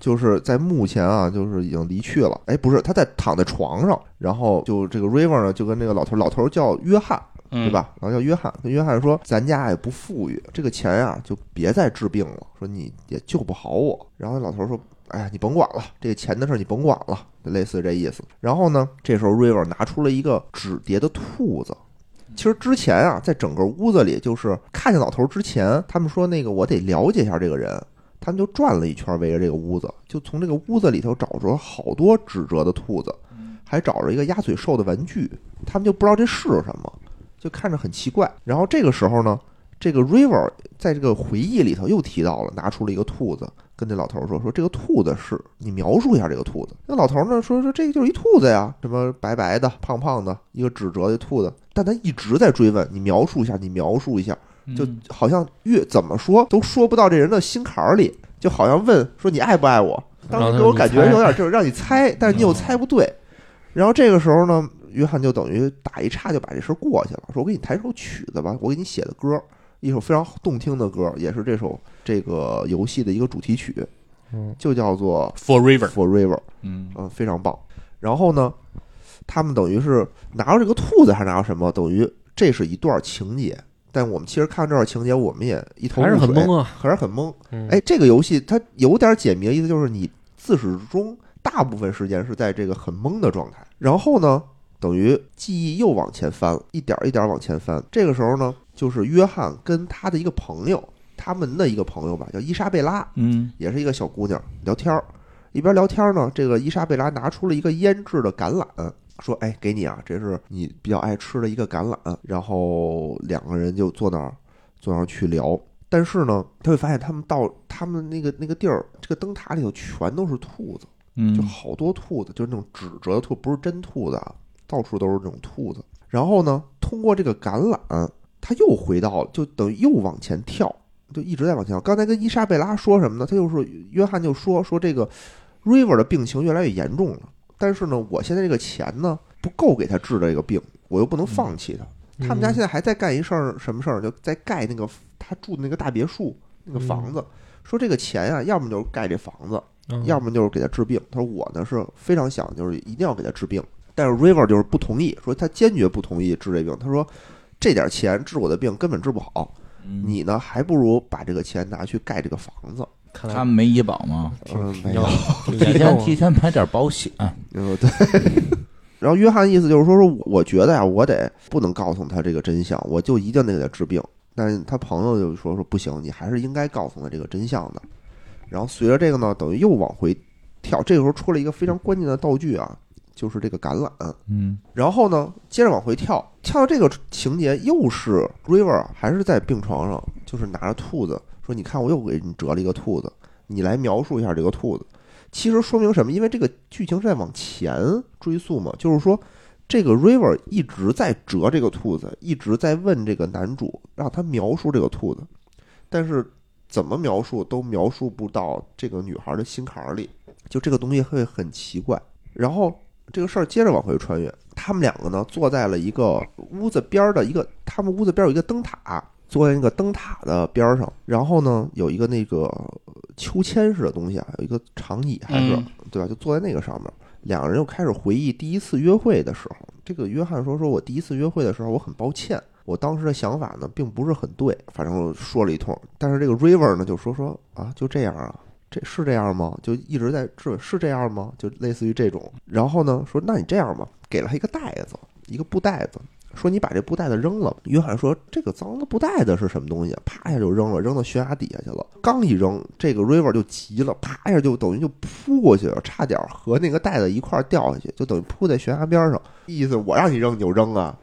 [SPEAKER 4] 就是在目前啊，就是已经离去了。哎，不是，他在躺在床上，然后就这个 River 呢，就跟那个老头儿，老头儿叫约翰，
[SPEAKER 3] 对
[SPEAKER 4] 对？吧？然后叫约翰，跟约翰说：“咱家也不富裕，这个钱啊就别再治病了，说你也救不好我。”然后老头说：“哎，你甭管了，这钱的事儿你甭管了，类似这意思。”然后呢，这时候 River 拿出了一个纸叠的兔子。其实之前啊，在整个屋子里，就是看见老头之前，他们说那个我得了解一下这个人，他们就转了一圈围着这个屋子，就从这个屋子里头找着好多纸折的兔子，还找着一个鸭嘴兽的玩具，他们就不知道这是什么。就看着很奇怪。然后这个时候呢，这个 River 在这个回忆里头又提到了，拿出了一个兔子，跟这老头说说这个兔子是你描述一下这个兔子。那老头呢说说这个就是一兔子呀，什么白白的、胖胖的，一个纸折的兔子。但他一直在追问你描述一下，你描述一下，
[SPEAKER 1] 嗯
[SPEAKER 4] 就好像越怎么说都说不到这人的心坎儿里，就好像问说你爱不爱我。当时给我感觉有点就是让你猜，但是你又猜不对。然后这个时候呢，约翰就等于打一岔就把这事儿过去了，说我给你弹首曲子吧，我给你写的歌，一首非常动听的歌，也是这首这个游戏的一个主题曲，
[SPEAKER 2] 嗯
[SPEAKER 4] 就叫做
[SPEAKER 3] Forever，
[SPEAKER 4] Forever，
[SPEAKER 1] 嗯
[SPEAKER 4] 嗯，非常棒。然后呢，他们等于是拿到这个兔子，还是拿到什么？等于这是一段情节，但我们其实看这段情节，我们也一头雾
[SPEAKER 2] 还是很
[SPEAKER 4] 水
[SPEAKER 2] 懵啊。
[SPEAKER 4] 还是很懵。
[SPEAKER 2] 嗯
[SPEAKER 4] 哎，这个游戏它有点解谜的意思，就是你自始至终大部分时间是在这个很懵的状态，然后呢，等于记忆又往前翻了，一点儿一点儿往前翻。这个时候呢，就是约翰跟他的一个朋友，他们的一个朋友吧，叫伊莎贝拉，
[SPEAKER 1] 嗯
[SPEAKER 4] 也是一个小姑娘，聊天儿，一边聊天儿呢，这个伊莎贝拉拿出了一个腌制的橄榄，说：“哎，给你啊，这是你比较爱吃的一个橄榄。”然后两个人就坐那儿，坐那儿去聊。但是呢，他会发现他们到他们那个那个地儿，这个灯塔里头全都是兔子，
[SPEAKER 1] 嗯
[SPEAKER 4] 就好多兔子，就是那种纸折的兔，不是真兔子啊，到处都是这种兔子。然后呢，通过这个橄榄，他又回到，就等于又往前跳，就一直在往前跳。刚才跟伊莎贝拉说什么呢？他就是约翰就说说这个 River 的病情越来越严重了，但是呢，我现在这个钱呢不够给他治这个病，我又不能放弃他。
[SPEAKER 2] 嗯
[SPEAKER 4] 他们家现在还在干一事儿，什么事儿？就在盖那个他住的那个大别墅那个房子。说这个钱啊，要么就是盖这房子，
[SPEAKER 2] 嗯
[SPEAKER 4] 要么就是给他治病。他说我呢是非常想，就是一定要给他治病，但是 River 就是不同意，说他坚决不同意治这病。他说这点钱治我的病根本治不好，
[SPEAKER 1] 嗯
[SPEAKER 4] 你呢还不如把这个钱拿去盖这个房子。
[SPEAKER 2] 看来
[SPEAKER 1] 他们没医保吗？
[SPEAKER 4] 嗯，没有
[SPEAKER 2] 要，
[SPEAKER 1] 提
[SPEAKER 4] 啊
[SPEAKER 1] 前提前买点保险。
[SPEAKER 4] 嗯对。 然后约翰意思就是说，说我我觉得呀、我得不能告诉他这个真相，我就一定得给他治病。但是他朋友就说说不行，你还是应该告诉他这个真相的。然后随着这个呢，等于又往回跳，这个时候出了一个非常关键的道具啊，就是这个橄榄。
[SPEAKER 1] 嗯
[SPEAKER 4] 然后呢，接着往回跳，跳到这个情节又是 River 还是在病床上，就是拿着兔子说：“你看，我又给你折了一个兔子，你来描述一下这个兔子。”其实说明什么？因为这个剧情是在往前追溯嘛，就是说这个 River 一直在折这个兔子，一直在问这个男主让他描述这个兔子，但是怎么描述都描述不到这个女孩的心坎儿里，就这个东西会很奇怪。然后这个事儿接着往回穿越，他们两个呢坐在了一个屋子边儿的一个，他们屋子边儿有一个灯塔，坐在那个灯塔的边儿上，然后呢有一个那个秋千似的东西啊，有一个长椅还是、
[SPEAKER 3] 嗯
[SPEAKER 4] 对吧？就坐在那个上面，两个人又开始回忆第一次约会的时候。这个约翰说：“说我第一次约会的时候，我很抱歉，我当时的想法呢并不是很对，反正我说了一通。但是这个 River 呢就说说啊，就这样啊，这是这样吗？就一直在质问是这样吗？就类似于这种。然后呢，说那你这样吧，给了他一个袋子，一个布袋子，说你把这布袋子扔了。约翰说这个脏的布袋子是什么东西啊？啪一下就扔了，扔到悬崖底下去了。刚一扔，这个 River 就急了，啪一下就等于就扑过去了，差点和那个袋子一块儿掉下去，就等于扑在悬崖边上。意思我让你扔你就扔啊，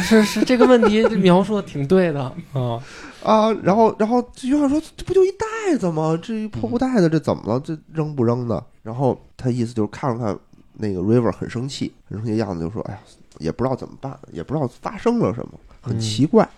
[SPEAKER 2] 是是这个问题描述的挺对的啊，
[SPEAKER 4] 啊，然后然后约翰说：“这不就一袋子吗？这一破布袋子，这怎么了？这扔不扔的？”然后他意思就是看了看那个 River 很生气，很生气的样子，就说：“哎呀，也不知道怎么办，也不知道发生了什么，很奇怪。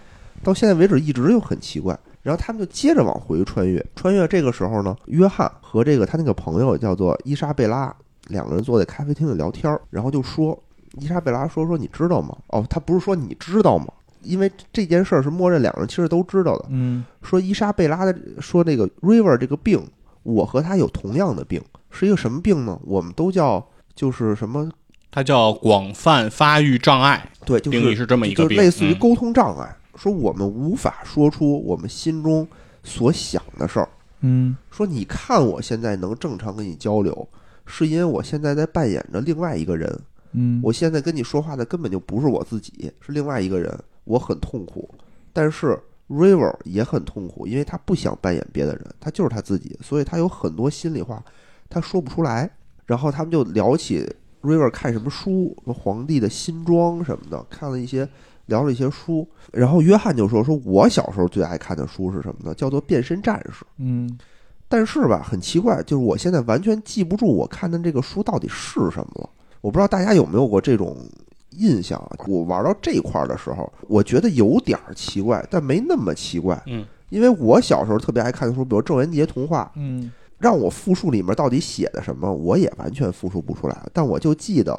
[SPEAKER 4] 到现在为止一直就很奇怪。”然后他们就接着往回穿越，穿越这个时候呢，约翰和这个他那个朋友叫做伊莎贝拉，两个人坐在咖啡厅里聊天儿，然后就说。伊莎贝拉说：“说你知道吗？哦，他不是说你知道吗？因为这件事儿是默认两人其实都知道的。
[SPEAKER 1] 嗯
[SPEAKER 4] 说伊莎贝拉的说那个 River 这个病，我和他有同样的病，是一个什么病呢？我们都叫就是什么
[SPEAKER 3] 它叫广泛发育障碍，
[SPEAKER 4] 对，就
[SPEAKER 3] 定义
[SPEAKER 4] 是
[SPEAKER 3] 是这么一个
[SPEAKER 4] 就
[SPEAKER 3] 病，
[SPEAKER 4] 类似于
[SPEAKER 3] 嗯
[SPEAKER 4] 沟通障碍，说我们无法说出我们心中所想的事儿。
[SPEAKER 1] 嗯
[SPEAKER 4] 说你看我现在能正常跟你交流，是因为我现在在扮演着另外一个人，
[SPEAKER 1] 嗯
[SPEAKER 4] 我现在跟你说话的根本就不是我自己，是另外一个人，我很痛苦。但是 River 也很痛苦，因为他不想扮演别的人，他就是他自己，所以他有很多心里话他说不出来。然后他们就聊起 River 看什么书，什么《皇帝的新装》什么的，看了一些，聊了一些书。然后约翰就说：“说我小时候最爱看的书是什么呢？叫做《变身战士》。”
[SPEAKER 1] 嗯
[SPEAKER 4] 但是吧，很奇怪，就是我现在完全记不住我看的这个书到底是什么了。我不知道大家有没有过这种印象啊。我玩到这块儿的时候，我觉得有点儿奇怪，但没那么奇怪。
[SPEAKER 3] 嗯，
[SPEAKER 4] 因为我小时候特别爱看的书，比如郑渊洁童话，
[SPEAKER 1] 嗯
[SPEAKER 4] 让我复述里面到底写的什么，我也完全复述不出来。但我就记得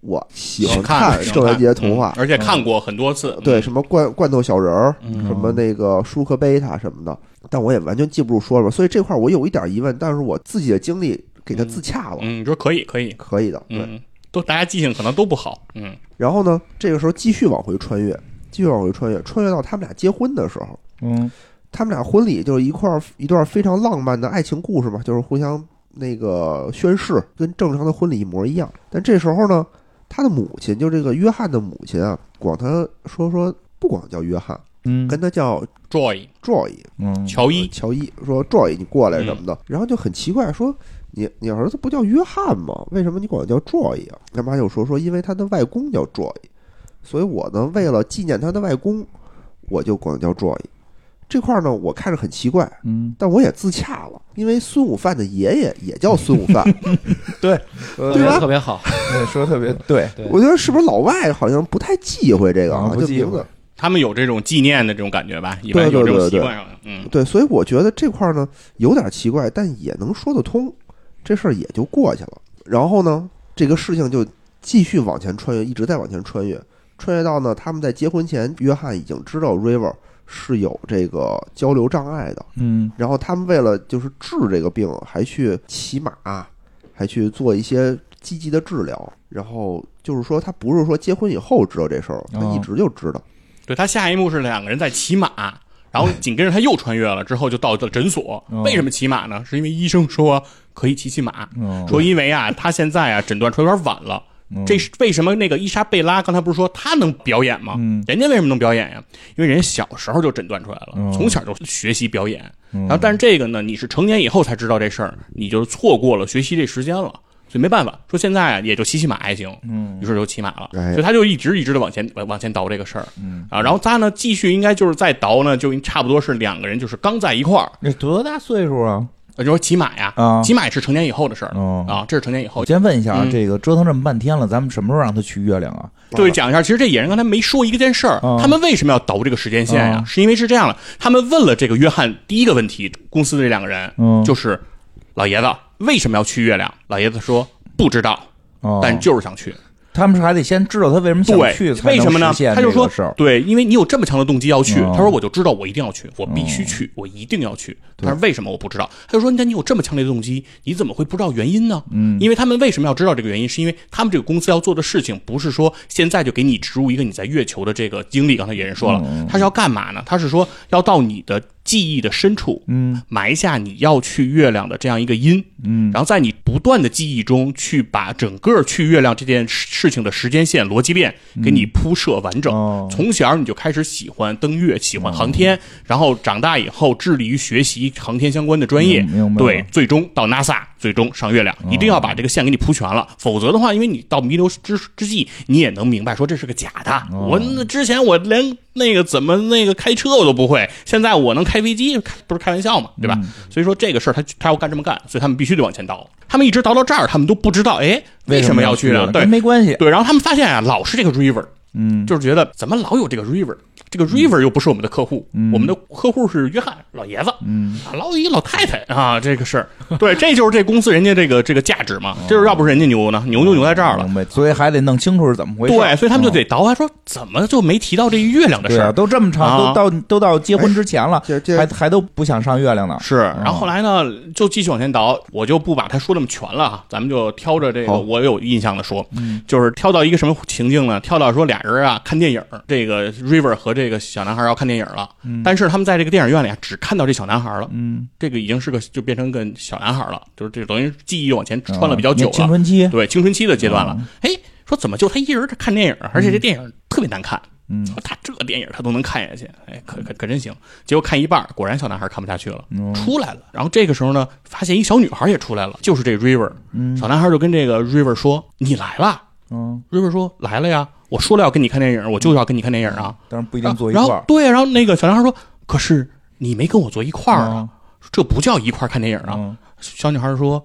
[SPEAKER 4] 我喜欢
[SPEAKER 3] 看
[SPEAKER 4] 看郑渊洁童话
[SPEAKER 3] 嗯，而且看过很多次，
[SPEAKER 4] 对，
[SPEAKER 3] 嗯
[SPEAKER 4] 什么罐罐头小人儿，
[SPEAKER 3] 嗯
[SPEAKER 4] 什么那个舒克贝塔什么的，但我也完全记不住说了吧，所以这块儿我有一点疑问，但是我自己的经历给它自洽了，
[SPEAKER 3] 嗯，你说可以，可以，
[SPEAKER 4] 可以的，对。
[SPEAKER 3] 嗯，都大家记性可能都不好，嗯
[SPEAKER 4] 然后呢，这个时候继续往回穿越，继续往回穿越，穿越到他们俩结婚的时候，
[SPEAKER 1] 嗯
[SPEAKER 4] 他们俩婚礼就是一块儿一段非常浪漫的爱情故事嘛，就是互相那个宣誓，跟正常的婚礼一模一样。但这时候呢，他的母亲就这个约翰的母亲啊，管他说说不管叫约翰，
[SPEAKER 1] 嗯
[SPEAKER 4] 跟他叫
[SPEAKER 3] ，Joy
[SPEAKER 4] Joy，
[SPEAKER 1] 嗯
[SPEAKER 3] 乔伊，
[SPEAKER 4] 乔伊说 Joy 你过来什么的，然后就很奇怪说你你儿子不叫约翰吗？为什么你管他叫 Joy 啊？他妈就说说因为他的外公叫 Joy，所以我呢为了纪念他的外公，我就管他叫 Joy。这块儿呢我看着很奇怪，
[SPEAKER 1] 嗯
[SPEAKER 4] 但我也自洽了，因为孙悟饭的爷爷也叫孙悟 饭，对吧
[SPEAKER 2] 特别好，
[SPEAKER 1] 对说的特别对，
[SPEAKER 2] 对
[SPEAKER 4] 我觉得是不是老外好像不太忌讳这个
[SPEAKER 1] 啊
[SPEAKER 4] 啊？
[SPEAKER 1] 不
[SPEAKER 4] 这
[SPEAKER 1] 忌
[SPEAKER 4] 名
[SPEAKER 1] 讳
[SPEAKER 4] 字
[SPEAKER 3] 他们有这种纪念的这种感觉吧，一般
[SPEAKER 4] 对对
[SPEAKER 3] 有这种
[SPEAKER 4] 对
[SPEAKER 3] 习
[SPEAKER 4] 对
[SPEAKER 3] 惯上的，嗯，
[SPEAKER 4] 对，所以我觉得这块儿呢有点奇怪，但也能说得通，这事儿也就过去了。然后呢，这个事情就继续往前穿越，一直在往前穿越，穿越到呢他们在结婚前，约翰已经知道 River 是有这个交流障碍的。
[SPEAKER 1] 嗯
[SPEAKER 4] 然后他们为了就是治这个病，还去骑马，还去做一些积极的治疗。然后就是说，他不是说结婚以后知道这事儿，他一
[SPEAKER 1] 哦
[SPEAKER 4] 直就知道。
[SPEAKER 3] 对他下一幕是两个人在骑马，然后紧跟着他又穿越了，之后就到了诊所
[SPEAKER 1] 哦。
[SPEAKER 4] 嗯
[SPEAKER 3] 为什么骑马呢？是因为医生说可以骑骑马，
[SPEAKER 1] 嗯
[SPEAKER 3] 说因为啊他现在啊诊断出来有点晚了。
[SPEAKER 1] 嗯
[SPEAKER 3] 这是为什么那个伊莎贝拉刚才不是说她能表演吗？
[SPEAKER 1] 嗯
[SPEAKER 3] 人家为什么能表演呀？因为人家小时候就诊断出来了，
[SPEAKER 1] 嗯
[SPEAKER 3] 从小就学习表演。
[SPEAKER 1] 然
[SPEAKER 3] 然后，但是这个呢，你是成年以后才知道这事儿，你就错过了学习这时间了，所以没办法。说现在啊，也就骑骑马还行，
[SPEAKER 1] 嗯
[SPEAKER 3] 于是就骑马了，
[SPEAKER 4] 哎
[SPEAKER 3] 所以他就一直一直的往前往往前倒这个事儿
[SPEAKER 1] 嗯
[SPEAKER 3] 啊。然后他呢，继续应该就是再倒呢，就差不多是两个人就是刚在一块儿，呃
[SPEAKER 1] 你多大岁数啊？
[SPEAKER 3] 就说骑马呀，
[SPEAKER 1] 啊
[SPEAKER 3] 骑马也是成年以后的事儿
[SPEAKER 1] 哦
[SPEAKER 3] 啊，这是成年以后
[SPEAKER 1] 我。先问一下啊，
[SPEAKER 3] 嗯
[SPEAKER 1] 这个折腾这么半天了，咱们什么时候让他去月亮啊？
[SPEAKER 3] 对，讲一下，其实这野人刚才没说一件事儿
[SPEAKER 1] 啊，
[SPEAKER 3] 他们为什么要倒这个时间线呀
[SPEAKER 1] 啊？
[SPEAKER 3] 是因为是这样的，他们问了这个约翰第一个问题，公司的这两个人
[SPEAKER 1] 嗯
[SPEAKER 3] 就是老爷子为什么要去月亮？老爷子说不知道，
[SPEAKER 1] 哦
[SPEAKER 3] 但就是想去。
[SPEAKER 1] 他们是还得先知道他为什么想
[SPEAKER 3] 对
[SPEAKER 1] 去，，才
[SPEAKER 3] 为
[SPEAKER 1] 能
[SPEAKER 3] 什么呢
[SPEAKER 1] 实？现
[SPEAKER 3] 他就
[SPEAKER 1] 这个
[SPEAKER 3] 说
[SPEAKER 1] 事儿，
[SPEAKER 3] 对，因为你有这么强的动机要去。
[SPEAKER 1] 哦
[SPEAKER 3] 他说我就知道我一定要去，我必须去，我一定要去。但是为什么我不知道？他就说那你有这么强烈的动机，你怎么会不知道原因呢？
[SPEAKER 1] 嗯
[SPEAKER 3] 因为他们为什么要知道这个原因？是因为他们这个公司要做的事情，不是说现在就给你植入一个你在月球的这个经历。刚才野人说了，
[SPEAKER 1] 哦
[SPEAKER 3] 他是要干嘛呢？他是说要到你的记忆的深处，
[SPEAKER 1] 嗯
[SPEAKER 3] 埋下你要去月亮的这样一个因，
[SPEAKER 1] 嗯，
[SPEAKER 3] 然后在你不断的记忆中去把整个去月亮这件事事情的时间线、逻辑链给你铺设完整。
[SPEAKER 1] 哦嗯
[SPEAKER 3] 从小你就开始喜欢登月，喜欢航天，然后长大以后致力于学习航天相关的专业，
[SPEAKER 1] 明嗯明白了哦
[SPEAKER 3] 对，最终到 NASA，最终上月亮，一定要把这个线给你铺全了，否则的话，因为你到弥留之之际，你也能明白说这是个假的。
[SPEAKER 1] 哦
[SPEAKER 3] 我那之前我连那个怎么那个开车我都不会，现在我能开飞机，开不是开玩笑
[SPEAKER 1] 嗯
[SPEAKER 3] 嘛，对吧？所以说这个事儿他他要干这么干，所以他们必须得往前倒。他们一直倒到这儿，他们都不知道哎
[SPEAKER 1] 为
[SPEAKER 3] 什
[SPEAKER 1] 么
[SPEAKER 3] 么要去
[SPEAKER 1] 月
[SPEAKER 3] 呢？
[SPEAKER 1] 亮？
[SPEAKER 3] 对
[SPEAKER 1] 哎跟没关系，
[SPEAKER 3] 啊对，然后他们发现啊，老是这个 river，
[SPEAKER 1] 嗯
[SPEAKER 3] 就是觉得怎么老有这个 river，这个 River 又不是我们的客户，
[SPEAKER 1] 嗯
[SPEAKER 3] 我们的客户是约翰老爷子。
[SPEAKER 1] 嗯，
[SPEAKER 3] 啊，老一老太太啊，这个事儿，对，这就是这公司人家这个这个价值嘛，
[SPEAKER 1] 哦
[SPEAKER 3] 这就是要不是人家牛呢，牛就牛在这儿了。
[SPEAKER 1] 明白所以还得弄清楚是怎么哦回事。
[SPEAKER 3] 对，所以他们就
[SPEAKER 1] 嗯
[SPEAKER 3] 得倒还说怎么就没提到这月亮的
[SPEAKER 1] 对
[SPEAKER 3] 事
[SPEAKER 1] 啊，
[SPEAKER 3] 儿？
[SPEAKER 1] 都这么长，
[SPEAKER 3] 啊
[SPEAKER 1] 都到都到结婚之前了，
[SPEAKER 4] 这这
[SPEAKER 1] 还还都不想上月亮呢。
[SPEAKER 3] 是，然后后来呢，就继续往前倒，我就不把它说那么全了啊，咱们就挑着这个
[SPEAKER 4] 好
[SPEAKER 3] 我有印象的说，就是挑到一个什么情境呢？挑到说俩人啊看电影，这个 River 和这个小男孩要看电影了，但是他们在这个电影院里啊只看到这小男孩了，
[SPEAKER 1] 嗯，
[SPEAKER 3] 这个已经是个就变成个小男孩了，就是这等于记忆往前穿了比较久
[SPEAKER 1] 啊青
[SPEAKER 3] 了。
[SPEAKER 1] 春期，
[SPEAKER 3] 对青春期的阶段了。嗯哎，说怎么就他一人看电影，而且这电影特别难看。
[SPEAKER 1] 嗯
[SPEAKER 3] 说他这电影他都能看下去，哎，可可可真行。结果看一半儿，果然小男孩看不下去了，
[SPEAKER 1] 嗯
[SPEAKER 3] 出来了。然后这个时候呢，发现一小女孩也出来了，就是这 River。
[SPEAKER 1] 嗯
[SPEAKER 3] 小男孩就跟这个 River 说：“你来了。
[SPEAKER 1] 嗯，
[SPEAKER 3] ”River 说：“来了呀，我说了要跟你看电影，我就要跟你看电影啊。
[SPEAKER 1] 但嗯是不一
[SPEAKER 3] 然
[SPEAKER 1] 定
[SPEAKER 3] 后
[SPEAKER 1] 坐一
[SPEAKER 3] 然
[SPEAKER 1] 块
[SPEAKER 3] 后
[SPEAKER 1] 儿。
[SPEAKER 3] 对，然后那个小男孩说：“可是你没跟我坐一块儿啊
[SPEAKER 1] 嗯，
[SPEAKER 3] 这不叫一块儿看电影啊。
[SPEAKER 1] 嗯
[SPEAKER 3] 小女孩说：“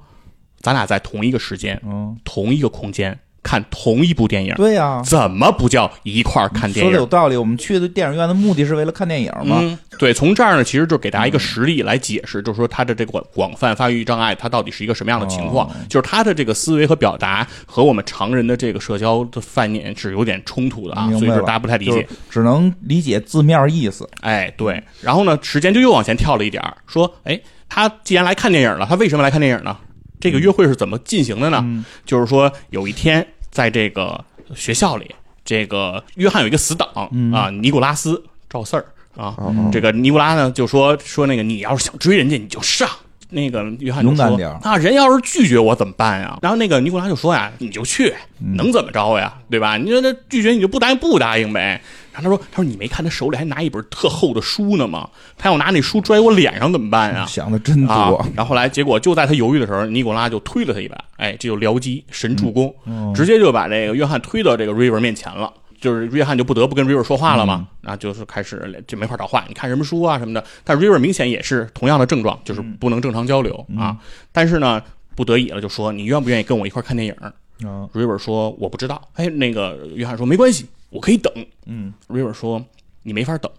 [SPEAKER 3] 咱俩在同一个时间，
[SPEAKER 1] 嗯，
[SPEAKER 3] 同一个空间看同一部电影，
[SPEAKER 1] 对啊呀，
[SPEAKER 3] 怎么不叫一块儿看电
[SPEAKER 1] 说的有
[SPEAKER 3] 影？啊
[SPEAKER 1] 道理。我们去的电影院的目的是为了看电影嘛。
[SPEAKER 3] 嗯，对，从这儿呢，其实就给大家一个
[SPEAKER 1] 嗯
[SPEAKER 3] 实例来解释，就是说他的这个广广泛发育障碍，它到底是一个什么样的情况？
[SPEAKER 1] 哦
[SPEAKER 3] 就是他的这个思维和表达和我们常人的这个社交的概念是有点冲突的啊，
[SPEAKER 1] 明白
[SPEAKER 3] 所以说
[SPEAKER 1] 了
[SPEAKER 3] 大家不太理
[SPEAKER 1] 就
[SPEAKER 3] 解
[SPEAKER 1] 是。只能理解字面意思。
[SPEAKER 3] 哎，对，然后呢，时间就又往前跳了一点儿，说，哎，他既然来看电影了，他为什么来看电影呢？这个约会是怎么进行的呢？
[SPEAKER 1] 嗯
[SPEAKER 3] 就是说，有一天在这个学校里，这个约翰有一个死党、
[SPEAKER 1] 嗯
[SPEAKER 3] 啊，尼古拉斯赵四儿啊，
[SPEAKER 4] 哦哦
[SPEAKER 3] 这个尼古拉呢就说说那个你要是想追人家，你就上。那个约翰就
[SPEAKER 1] 勇敢
[SPEAKER 3] 说
[SPEAKER 1] 点儿
[SPEAKER 3] 啊，人要是拒绝我怎么办呀？然后那个尼古拉就说呀，你就去，
[SPEAKER 1] 嗯
[SPEAKER 3] 能怎么着呀？对吧？你说那拒绝你就不答应不答应呗。然后他说，他说你没看他手里还拿一本特厚的书呢吗？他要拿那书拽我脸上怎么办呀？
[SPEAKER 1] 想的真
[SPEAKER 3] 啊
[SPEAKER 1] 多，！
[SPEAKER 3] 然后后来结果就在他犹豫的时候，尼古拉就推了他一把，哎，这就僚机神助攻，
[SPEAKER 1] 嗯
[SPEAKER 3] 直接就把这个约翰推到这个 River 面前了。就是约翰就不得不跟 River 说话了嘛，然后就是开始就没法找话，你看什么书啊什么的。但 River 明显也是同样的症状，就是不能正常交流啊。但是呢，不得已了，就说你愿不愿意跟我一块儿看电影？
[SPEAKER 1] 嗯
[SPEAKER 3] River 说我不知道。哎，那个约翰说没关系，我可以等。
[SPEAKER 1] 嗯，
[SPEAKER 3] River 说你没法等，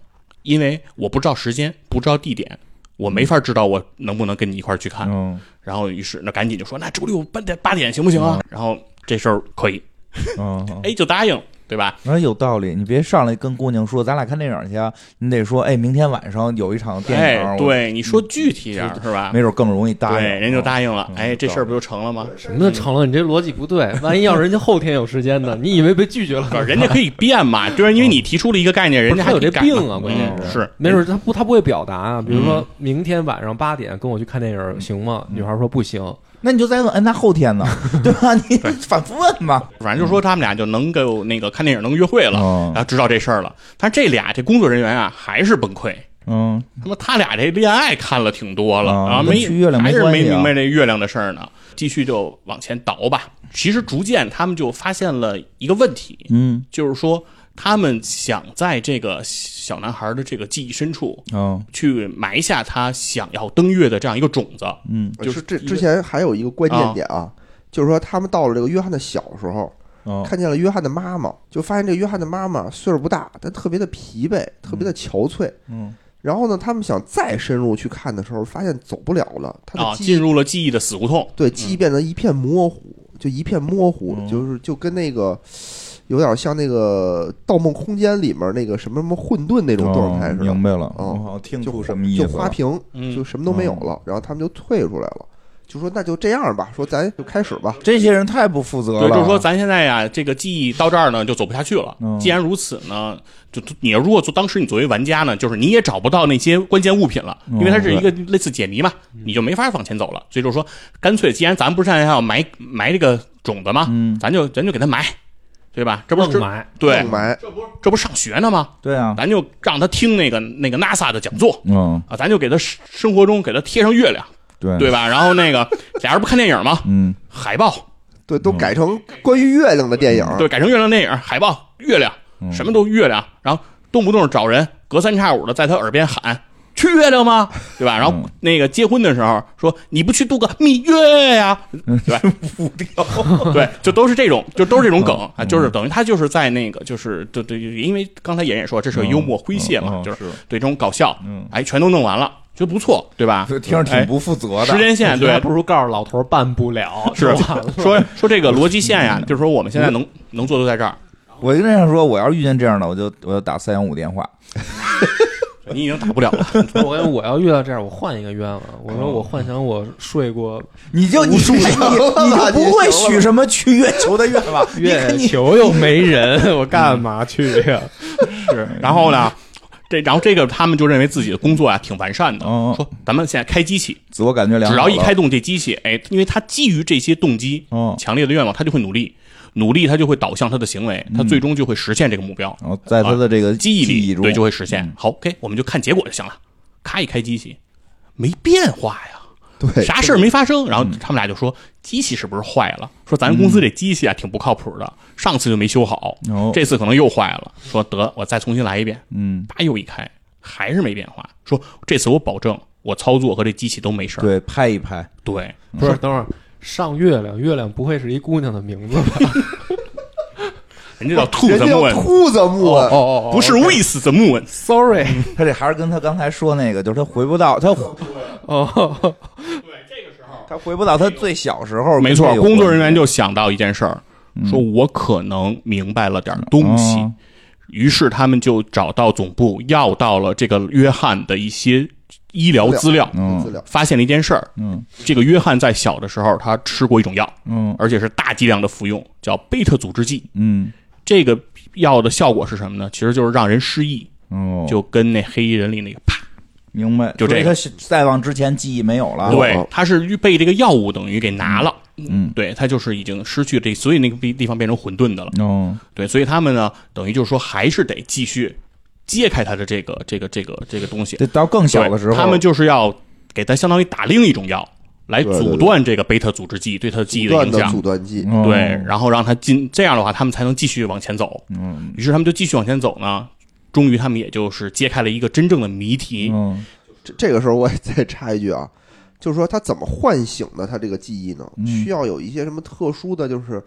[SPEAKER 3] 因为我不知道时间，不知道地点，我没法知道我能不能跟你一块儿去看。
[SPEAKER 1] 嗯
[SPEAKER 3] 然后于是那赶紧就说那周六八点八点行不行啊？然后这事儿可以，
[SPEAKER 1] 嗯，嗯
[SPEAKER 3] 哎就答应了，对吧？
[SPEAKER 1] 然后有道理，你别上来跟姑娘说咱俩看电影去啊，你得说哎，明天晚上有一场电影，
[SPEAKER 3] 哎，
[SPEAKER 1] 我，
[SPEAKER 3] 对，你说具体点儿是吧？
[SPEAKER 1] 没准更容易答应。
[SPEAKER 3] 对，人就
[SPEAKER 1] 应。
[SPEAKER 3] 答应了。
[SPEAKER 1] 嗯
[SPEAKER 3] 哎，这事儿不就成了吗？
[SPEAKER 2] 什么成了？你这逻辑不对。万一要是人家后天有时间呢？你以为被拒绝了
[SPEAKER 3] 不？是人家可以变嘛，就是因为你提出了一个概念，人家
[SPEAKER 2] 他
[SPEAKER 3] 还
[SPEAKER 2] 有
[SPEAKER 3] 可以
[SPEAKER 2] 这
[SPEAKER 3] 改嘛
[SPEAKER 2] 病啊，关键
[SPEAKER 3] 嗯
[SPEAKER 2] 是
[SPEAKER 3] 是
[SPEAKER 2] 没准他不他不会表达啊。比如说明天晚上八点跟我去看电影行吗？女孩说不行，
[SPEAKER 1] 那你就再问，哎，那后天 呢？对吧？你反复问嘛。
[SPEAKER 3] 反正就说他们俩就能够那个看电影能约会了，
[SPEAKER 1] 嗯
[SPEAKER 3] 然后知道这事儿了。但这俩这工作人员啊，还是崩溃。
[SPEAKER 1] 嗯，
[SPEAKER 3] 他妈他俩这恋爱看了挺多了
[SPEAKER 1] 啊
[SPEAKER 3] 啊，
[SPEAKER 1] 跟
[SPEAKER 3] 没
[SPEAKER 1] 去月亮
[SPEAKER 3] 还
[SPEAKER 1] 没
[SPEAKER 3] 是
[SPEAKER 1] 关
[SPEAKER 3] 没
[SPEAKER 1] 系啊
[SPEAKER 3] 明白这月亮的事儿呢。继续就往前倒吧。其实逐渐他们就发现了一个问题，
[SPEAKER 1] 嗯
[SPEAKER 3] 就是说他们想在这个小男孩的这个记忆深处
[SPEAKER 1] 嗯
[SPEAKER 3] 去埋下他想要登月的这样一个种子。
[SPEAKER 1] 嗯
[SPEAKER 3] 就是
[SPEAKER 4] 这
[SPEAKER 3] 一个
[SPEAKER 4] 之前还有一个关
[SPEAKER 3] 啊哦
[SPEAKER 4] 键点啊，就是说他们到了这个约翰的小时候，
[SPEAKER 1] 嗯，
[SPEAKER 4] 看见了约翰的妈妈，就发现这约翰的妈妈岁数不大，但特别的疲惫，特别的憔悴。
[SPEAKER 1] 嗯，
[SPEAKER 4] 然后呢，他们想再深入去看的时候，发现走不了了，他
[SPEAKER 3] 啊，
[SPEAKER 4] 的记
[SPEAKER 3] 进
[SPEAKER 4] 忆
[SPEAKER 3] 入了记忆的死胡同。
[SPEAKER 4] 对记忆变得一片模糊，就一片模糊，
[SPEAKER 1] 嗯
[SPEAKER 4] 就是就跟那个有点像那个《盗梦空间》里面那个什么什么混沌那种状态
[SPEAKER 1] 哦
[SPEAKER 4] 似的
[SPEAKER 1] 明，白了，
[SPEAKER 4] 哦
[SPEAKER 1] 我好像听
[SPEAKER 4] 就
[SPEAKER 1] 出什么意思
[SPEAKER 4] 就花
[SPEAKER 1] 了。
[SPEAKER 4] 瓶，
[SPEAKER 3] 嗯
[SPEAKER 4] 就什么都没有了。然后他们就退出来了，就说那就这样吧，说咱就开始吧。
[SPEAKER 1] 这些人太不负责了。
[SPEAKER 3] 对，就是说咱现在呀，这个记忆到这儿呢就走不下去了。
[SPEAKER 1] 嗯
[SPEAKER 3] 既然如此呢，就就你如果做当时你作为玩家呢，就是你也找不到那些关键物品了，
[SPEAKER 1] 嗯
[SPEAKER 3] 因为它是一个类似解谜嘛，你就没法往前走了。所以就是说，干脆既然咱不是现在要埋埋这个种子嘛，
[SPEAKER 1] 嗯
[SPEAKER 3] 咱就咱就给它埋，对吧？这不是
[SPEAKER 2] 愣
[SPEAKER 3] 这
[SPEAKER 2] 埋。
[SPEAKER 3] 对
[SPEAKER 4] 雾，霾，
[SPEAKER 3] 这不上学呢吗？
[SPEAKER 1] 对啊，
[SPEAKER 3] 咱就让他听那个那个 NASA 的讲座
[SPEAKER 1] 嗯，
[SPEAKER 3] 啊，咱就给他生生活中给他贴上月亮，
[SPEAKER 1] 对
[SPEAKER 3] 对，吧？然后那个 俩人不看电影吗？
[SPEAKER 1] 嗯
[SPEAKER 3] 海报。
[SPEAKER 4] 对，都改成关于月亮的电影。
[SPEAKER 3] 对，改成月亮电影，海
[SPEAKER 1] 嗯
[SPEAKER 3] 报月亮，什么都月亮，然后动不动找人，隔三差五的在他耳边喊。去月亮吗？对吧？然后
[SPEAKER 1] 嗯
[SPEAKER 3] 那个结婚的时候说你不去度个蜜月呀、 对吧？对，就都是这种，就都是这种梗
[SPEAKER 1] 嗯
[SPEAKER 3] 啊，就是等于他就是在那个就是对对，因为刚才妍妍说这是个幽默诙谐嘛，
[SPEAKER 1] 嗯嗯
[SPEAKER 3] 就是
[SPEAKER 1] 是
[SPEAKER 3] 对这种搞笑
[SPEAKER 1] 嗯，
[SPEAKER 3] 哎，全都弄完了，觉得不错，对吧？
[SPEAKER 1] 这听着挺不负责的。
[SPEAKER 3] 哎时 间线对
[SPEAKER 2] 还，不如告诉老头儿办不了，
[SPEAKER 3] 是
[SPEAKER 2] 就完了。
[SPEAKER 3] 说说这个逻辑线呀，就是说我们现在能能做都在这儿，
[SPEAKER 1] 我就那样说，我要是遇见这样的，我就我就打三幺五电话。
[SPEAKER 3] 你已经打不了了。
[SPEAKER 2] 我跟我要遇到这样，我换一个冤枉。我说我幻想我睡过
[SPEAKER 1] 你 就你你你就不会许什么去月球的 愿望， 你
[SPEAKER 2] 月
[SPEAKER 1] 肯定
[SPEAKER 2] 球又没人，我干嘛去呀？
[SPEAKER 3] 是，然后呢，这然后这个他们就认为自己的工作啊挺完善的，
[SPEAKER 1] 嗯嗯
[SPEAKER 3] 说咱们现在开机器，
[SPEAKER 1] 自我感觉良
[SPEAKER 3] 只
[SPEAKER 1] 好
[SPEAKER 3] 要
[SPEAKER 1] 了。
[SPEAKER 3] 一开动这机器，哎，因为他基于这些动机、
[SPEAKER 1] 嗯
[SPEAKER 3] 强烈的愿望，他就会努力，努力他就会导向他的行为，他最终就会实现这个目标。
[SPEAKER 1] 然后在他的这个
[SPEAKER 3] 记忆
[SPEAKER 1] 嗯记
[SPEAKER 3] 里
[SPEAKER 1] 忆中，嗯
[SPEAKER 3] 对就会实现。好，OK，我们就看结果就行了。咔一开机器，没变化呀，
[SPEAKER 4] 对，
[SPEAKER 3] 啥事儿没发生。然后
[SPEAKER 1] 嗯
[SPEAKER 3] 他们俩就说，机器是不是坏了？说咱公司这机器啊挺不靠谱的，上次就没修好
[SPEAKER 1] 哦，
[SPEAKER 3] 这次可能又坏了。说得我再重新来一遍，
[SPEAKER 1] 嗯，
[SPEAKER 3] 叭又一开，还是没变化。说这次我保证，我操作和这机器都没事儿。
[SPEAKER 1] 对拍一拍，
[SPEAKER 3] 对，
[SPEAKER 2] 不是， 等会儿上月亮，月亮不会是一姑娘的名字吧？
[SPEAKER 3] 人家叫兔
[SPEAKER 4] 人
[SPEAKER 3] 子
[SPEAKER 4] 家叫
[SPEAKER 3] 木恩，
[SPEAKER 4] 兔子木
[SPEAKER 2] 哦哦
[SPEAKER 3] 不是 with the moon。
[SPEAKER 2] ，sorry，
[SPEAKER 1] 他这还是跟他刚才说那个，就是他回不到他
[SPEAKER 2] 哦，
[SPEAKER 3] 对，这个时候。
[SPEAKER 1] 他回不到他最小时候。
[SPEAKER 3] 没错
[SPEAKER 1] 跟，这有
[SPEAKER 3] 工作
[SPEAKER 1] 关
[SPEAKER 3] 人员就想到一件事儿，说我可能明白了点儿东西，
[SPEAKER 1] 哦
[SPEAKER 3] 于是他们就找到总部要到了这个约翰的一些医疗资料，
[SPEAKER 1] 嗯
[SPEAKER 4] 资料，
[SPEAKER 3] 发现了一件事儿，
[SPEAKER 1] 嗯
[SPEAKER 3] 这个约翰在小的时候他吃过一种药，
[SPEAKER 1] 嗯
[SPEAKER 3] 而且是大剂量的服用，叫贝塔阻滞剂。
[SPEAKER 1] 嗯
[SPEAKER 3] 这个药的效果是什么呢？其实就是让人失忆，
[SPEAKER 1] 哦，
[SPEAKER 3] 就跟那黑衣人里那个啪，
[SPEAKER 1] 明白。
[SPEAKER 3] 就这个
[SPEAKER 1] 所以他再往之前记忆没有了。
[SPEAKER 3] 对，他是被这个药物等于给拿了，
[SPEAKER 1] 嗯
[SPEAKER 3] 对他就是已经失去这，所以那个地地方变成混沌的了。
[SPEAKER 1] 哦，
[SPEAKER 3] 对，所以他们呢，等于就是说还是得继续揭开他的这个这个这个这个东西。
[SPEAKER 1] 这到更小的时候，
[SPEAKER 3] 对他们就是要给他相当于打另一种药，来
[SPEAKER 4] 对对
[SPEAKER 3] 阻
[SPEAKER 4] 对
[SPEAKER 3] 断这个贝塔阻滞剂对他的记忆的影
[SPEAKER 4] 的阻
[SPEAKER 3] 响。
[SPEAKER 4] 断剂，
[SPEAKER 1] 哦
[SPEAKER 3] 对，然后让他进，这样的话他们才能继续往前走。
[SPEAKER 1] 嗯
[SPEAKER 3] 于是他们就继续往前走呢，终于他们也就是揭开了一个真正的谜题。
[SPEAKER 1] 嗯
[SPEAKER 4] 这这个时候我也 再插一句啊，就是说他怎么唤醒的他这个记忆呢？
[SPEAKER 1] 嗯
[SPEAKER 4] 需要有一些什么特殊的，就是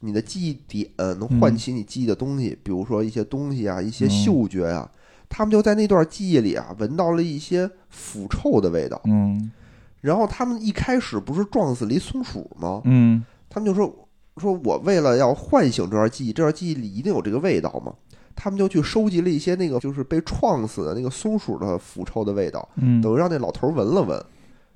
[SPEAKER 4] 你的记忆点能唤起你记忆的东西，比如说一些东西啊，一些嗅觉啊。他们就在那段记忆里啊，闻到了一些腐臭的味道。
[SPEAKER 1] 嗯
[SPEAKER 4] 然后他们一开始不是撞死了一松鼠吗？
[SPEAKER 1] 嗯
[SPEAKER 4] 他们就说说我为了要唤醒这段记忆，这段记忆里一定有这个味道嘛。他们就去收集了一些那个就是被撞死的那个松鼠的腐臭的味道，
[SPEAKER 1] 嗯，
[SPEAKER 4] 等于让那老头儿闻了闻，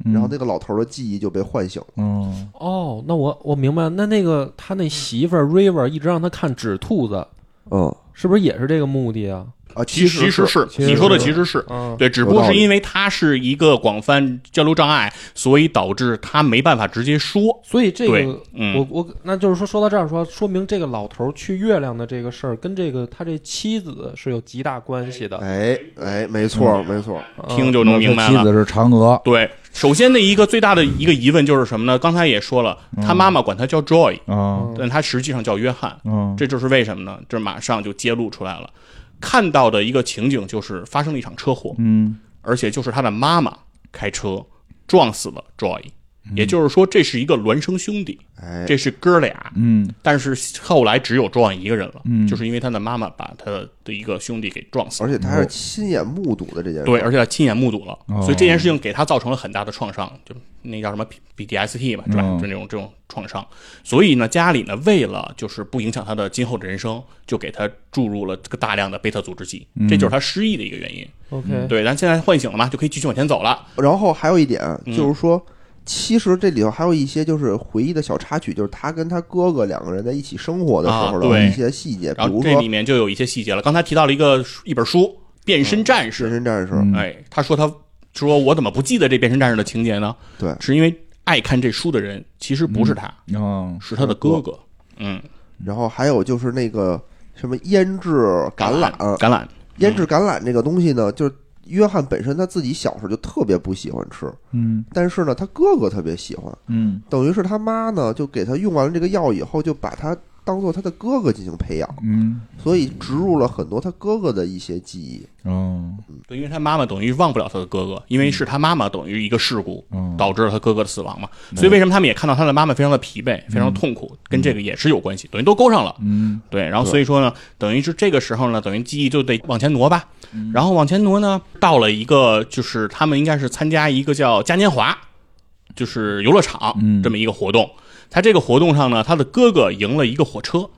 [SPEAKER 1] 嗯
[SPEAKER 4] 然后那个老头儿的记忆就被唤醒了。
[SPEAKER 1] 嗯
[SPEAKER 2] 哦，那我我明白了，那那个他那媳妇儿 River 一直让他看纸兔子，
[SPEAKER 4] 嗯
[SPEAKER 2] 是不是也是这个目的啊？
[SPEAKER 4] 啊，
[SPEAKER 3] 其
[SPEAKER 4] 实是
[SPEAKER 3] 实是
[SPEAKER 2] 其实
[SPEAKER 3] 你说的，
[SPEAKER 2] 是
[SPEAKER 3] 其实是
[SPEAKER 2] 嗯，
[SPEAKER 3] 对，只不过是因为他是一个广泛交流障碍，所以导致他没办法直接说。
[SPEAKER 2] 所以这
[SPEAKER 3] 对
[SPEAKER 2] 个，
[SPEAKER 3] 嗯
[SPEAKER 2] 我我那就是说，说到这儿说，说明这个老头儿去月亮的这个事儿，跟这个他这妻子是有极大关系的。
[SPEAKER 4] 哎哎，没错儿没错儿，
[SPEAKER 2] 嗯
[SPEAKER 3] 听就能明白
[SPEAKER 1] 他妻
[SPEAKER 3] 了。
[SPEAKER 1] 子是嫦娥，
[SPEAKER 3] 对，首先的一个最大的一个疑问就是什么呢？刚才也说了，他妈妈管他叫 Joy，
[SPEAKER 1] 嗯
[SPEAKER 3] 但他实际上叫约翰，
[SPEAKER 1] 嗯
[SPEAKER 3] 这就是为什么呢？这马上就揭露出来了。看到的一个情景就是发生了一场车祸，
[SPEAKER 1] 嗯
[SPEAKER 3] 而且就是他的妈妈开车撞死了 Joy，也就是说这是一个孪生兄弟，
[SPEAKER 4] 哎，
[SPEAKER 3] 这是哥俩。
[SPEAKER 1] 嗯
[SPEAKER 3] 但是后来只有 Joy 一个人了，
[SPEAKER 1] 嗯
[SPEAKER 3] 就是因为他的妈妈把他的一个兄弟给撞死了
[SPEAKER 4] 而且
[SPEAKER 1] 嗯
[SPEAKER 4] 他是亲眼目睹的这件事，
[SPEAKER 3] 对，，而且他亲眼目睹了，
[SPEAKER 1] 哦
[SPEAKER 3] 所以这件事情给他造成了很大的创伤，就那叫什么 P B D S T 吧，是吧？
[SPEAKER 1] 嗯
[SPEAKER 3] 就那种这种创伤。所以呢，家里呢为了就是不影响他的今后的人生，就给他注入了这个大量的贝塔阻滞剂，这就是他失忆的一个原因。
[SPEAKER 2] OK，
[SPEAKER 3] 对，咱现在唤醒了嘛，就可以继续往前走了。
[SPEAKER 4] 然后还有一点
[SPEAKER 3] 嗯
[SPEAKER 4] 就是说，其实这里头还有一些就是回忆的小插曲，就是他跟他哥哥两个人在一起生活的时
[SPEAKER 3] 啊
[SPEAKER 4] 候
[SPEAKER 3] 对
[SPEAKER 4] 的一些细节，比
[SPEAKER 3] 然后
[SPEAKER 4] 如
[SPEAKER 3] 这
[SPEAKER 4] 说
[SPEAKER 3] 里面就有一些细节了。刚才提到了一个书一本书《变身战
[SPEAKER 4] 健
[SPEAKER 3] 士
[SPEAKER 4] 身战士，
[SPEAKER 1] 嗯》，
[SPEAKER 3] 哎，他说他说我怎么不记得这变身战士的情节呢？
[SPEAKER 4] 对
[SPEAKER 3] 是因为爱看这书的人其实不是他，
[SPEAKER 1] 嗯
[SPEAKER 3] 是他的哥哥。嗯，
[SPEAKER 4] 然后还有就是那个什么腌制橄榄，
[SPEAKER 1] 呃
[SPEAKER 3] 橄榄，
[SPEAKER 4] 腌制橄榄这个东西呢，就是约翰本身他自己小时候就特别不喜欢吃，
[SPEAKER 1] 嗯
[SPEAKER 4] 但是呢，他哥哥特别喜欢，
[SPEAKER 1] 嗯
[SPEAKER 4] 等于是他妈呢就给他用完了这个药以后，就把他当做他的哥哥进行培养，
[SPEAKER 1] 嗯，
[SPEAKER 4] 所以植入了很多他哥哥的一些记忆。
[SPEAKER 1] 哦，
[SPEAKER 3] 对，因为他妈妈等于忘不了他的哥哥，因为是他妈妈等于一个事故
[SPEAKER 1] 嗯
[SPEAKER 3] 导致了他哥哥的死亡嘛，所以为什么他们也看到他的妈妈非常的疲惫，非常痛苦，跟这个也是有关系，等于都勾上了。
[SPEAKER 1] 嗯，
[SPEAKER 3] 对，然后所以说呢，等于是这个时候呢，等于记忆就得往前挪吧，然后往前挪呢，到了一个就是他们应该是参加一个叫嘉年华，就是游乐场
[SPEAKER 1] 嗯
[SPEAKER 3] 这么一个活动。在这个活动上呢，他的哥哥赢了一个火车，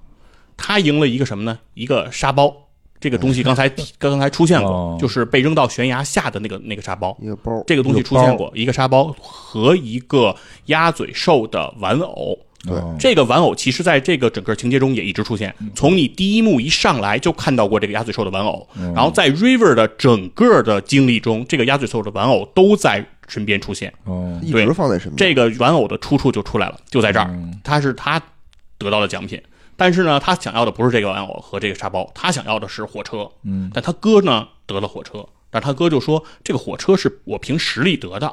[SPEAKER 3] 他赢了一个什么呢？一个沙包。这个东西刚才刚才出现
[SPEAKER 1] 哦
[SPEAKER 3] 过，就是被扔到悬崖下的那个那个沙包。
[SPEAKER 4] 一个包，
[SPEAKER 3] 这个东西出现过，一个沙包和一个鸭嘴兽的玩偶。
[SPEAKER 1] 对
[SPEAKER 3] 这个玩偶其实在这个整个情节中也一直出现，
[SPEAKER 1] 嗯
[SPEAKER 3] 从你第一幕一上来就看到过这个鸭嘴兽的玩偶，
[SPEAKER 1] 嗯
[SPEAKER 3] 然后在 River 的整个的经历中，这个鸭嘴兽的玩偶都在身边出现，
[SPEAKER 1] 哦，
[SPEAKER 4] 一
[SPEAKER 3] 对
[SPEAKER 4] 直放在身边。
[SPEAKER 3] 这个玩偶的出处就出来了，就在这
[SPEAKER 1] 嗯
[SPEAKER 3] 儿，他是他得到了奖品。但是呢，他想要的不是这个玩偶和这个沙包，他想要的是火车。
[SPEAKER 1] 嗯，
[SPEAKER 3] 但他哥呢得了火车，但他哥就说这个火车是我凭实力得的，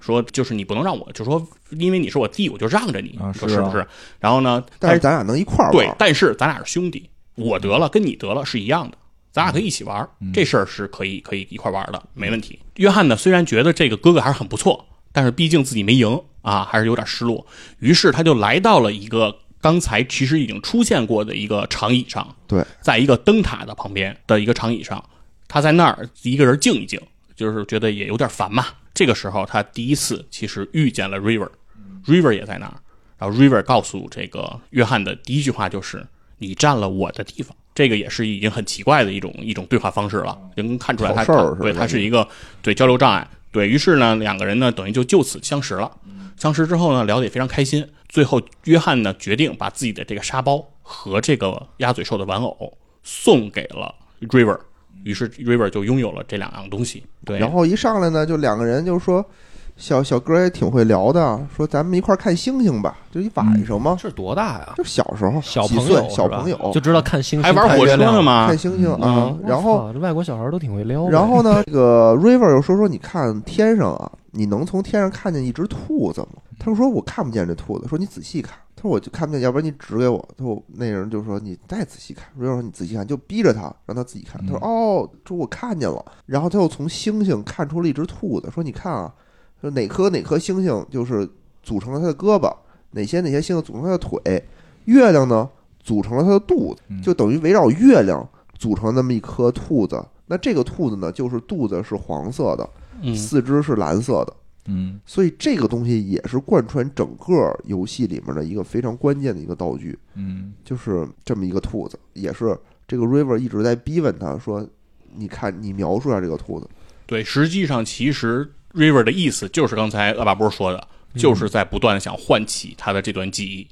[SPEAKER 3] 说就是你不能让我，就说因为你是我弟，我就让着你，
[SPEAKER 1] 啊
[SPEAKER 3] 你说
[SPEAKER 1] 是
[SPEAKER 3] 是
[SPEAKER 1] 啊
[SPEAKER 3] 不是？然后呢，
[SPEAKER 4] 但
[SPEAKER 3] 但
[SPEAKER 4] 是咱俩能一块儿
[SPEAKER 3] 对
[SPEAKER 4] 玩，，
[SPEAKER 3] 但是咱俩是兄弟，我得了跟你得了是一样的，咱俩可以一起玩儿，
[SPEAKER 4] 嗯
[SPEAKER 3] 这事儿是可以可以一块儿玩儿的，没问题。约翰呢，虽然觉得这个哥哥还是很不错，但是毕竟自己没赢啊，还是有点失落。于是他就来到了一个刚才其实已经出现过的一个长椅上，
[SPEAKER 4] 对，
[SPEAKER 3] 在一个灯塔的旁边的一个长椅上，他在那儿一个人静一静，就是觉得也有点烦嘛。这个时候，他第一次其实遇见了 River，River 也在那儿。然后 River 告诉这个约翰的第一句话就是：“你占了我的地方。”这个也是已经很奇怪的一种一种对话方式了，就能看出来他
[SPEAKER 4] 挑事儿
[SPEAKER 3] 他
[SPEAKER 4] 是吧
[SPEAKER 3] 对他是一个对交流障碍。对于是呢，两个人呢等于就就此相识了。相识之后呢，聊得也非常开心。最后，约翰呢决定把自己的这个沙包和这个鸭嘴兽的玩偶送给了 River，于是 River 就拥有了这两样东西。对，
[SPEAKER 4] 然后一上来呢，就两个人就说。小小哥也挺会聊的，说咱们一块儿看星星吧，就一晚上
[SPEAKER 3] 嗯
[SPEAKER 4] 嘛，
[SPEAKER 2] 这是多大呀？
[SPEAKER 4] 就小时候，
[SPEAKER 2] 小
[SPEAKER 4] 几
[SPEAKER 2] 朋
[SPEAKER 4] 岁
[SPEAKER 2] 友，
[SPEAKER 4] 小朋友
[SPEAKER 2] 就知道看星星，
[SPEAKER 3] 还玩火车呢
[SPEAKER 2] 呢？
[SPEAKER 3] 吗
[SPEAKER 4] 看？星星啊
[SPEAKER 3] 嗯。
[SPEAKER 4] 然后，
[SPEAKER 2] 哇这外国小孩都挺会撩的。
[SPEAKER 4] 然后呢，这个 River 又说说，你看天上啊，你能从天上看见一只兔子吗？他说我看不见这兔子，说你仔细看。他说我就看不见，要不然你指给我。他说那人就说你再仔细看。River 说你仔细看，就逼着他让他自己看。他说哦，说我看见了。然后他又从星星看出了一只兔子，说你看啊，说哪颗哪颗星星就是组成了他的胳膊，哪些哪些星星组成了他的腿，月亮呢组成了他的肚子
[SPEAKER 1] 嗯，
[SPEAKER 4] 就等于围绕月亮组成那么一颗兔子。那这个兔子呢，就是肚子是黄色的，
[SPEAKER 3] 嗯，
[SPEAKER 4] 四肢是蓝色的，
[SPEAKER 1] 嗯
[SPEAKER 4] 所以这个东西也是贯穿整个游戏里面的一个非常关键的一个道具，
[SPEAKER 1] 嗯
[SPEAKER 4] 就是这么一个兔子，也是这个 River 一直在逼问他说：“你看，你描述一下这个兔子。
[SPEAKER 3] 对，实际上其实 River 的意思就是刚才恶霸波说的，就是在不断地想唤起他的这段记忆。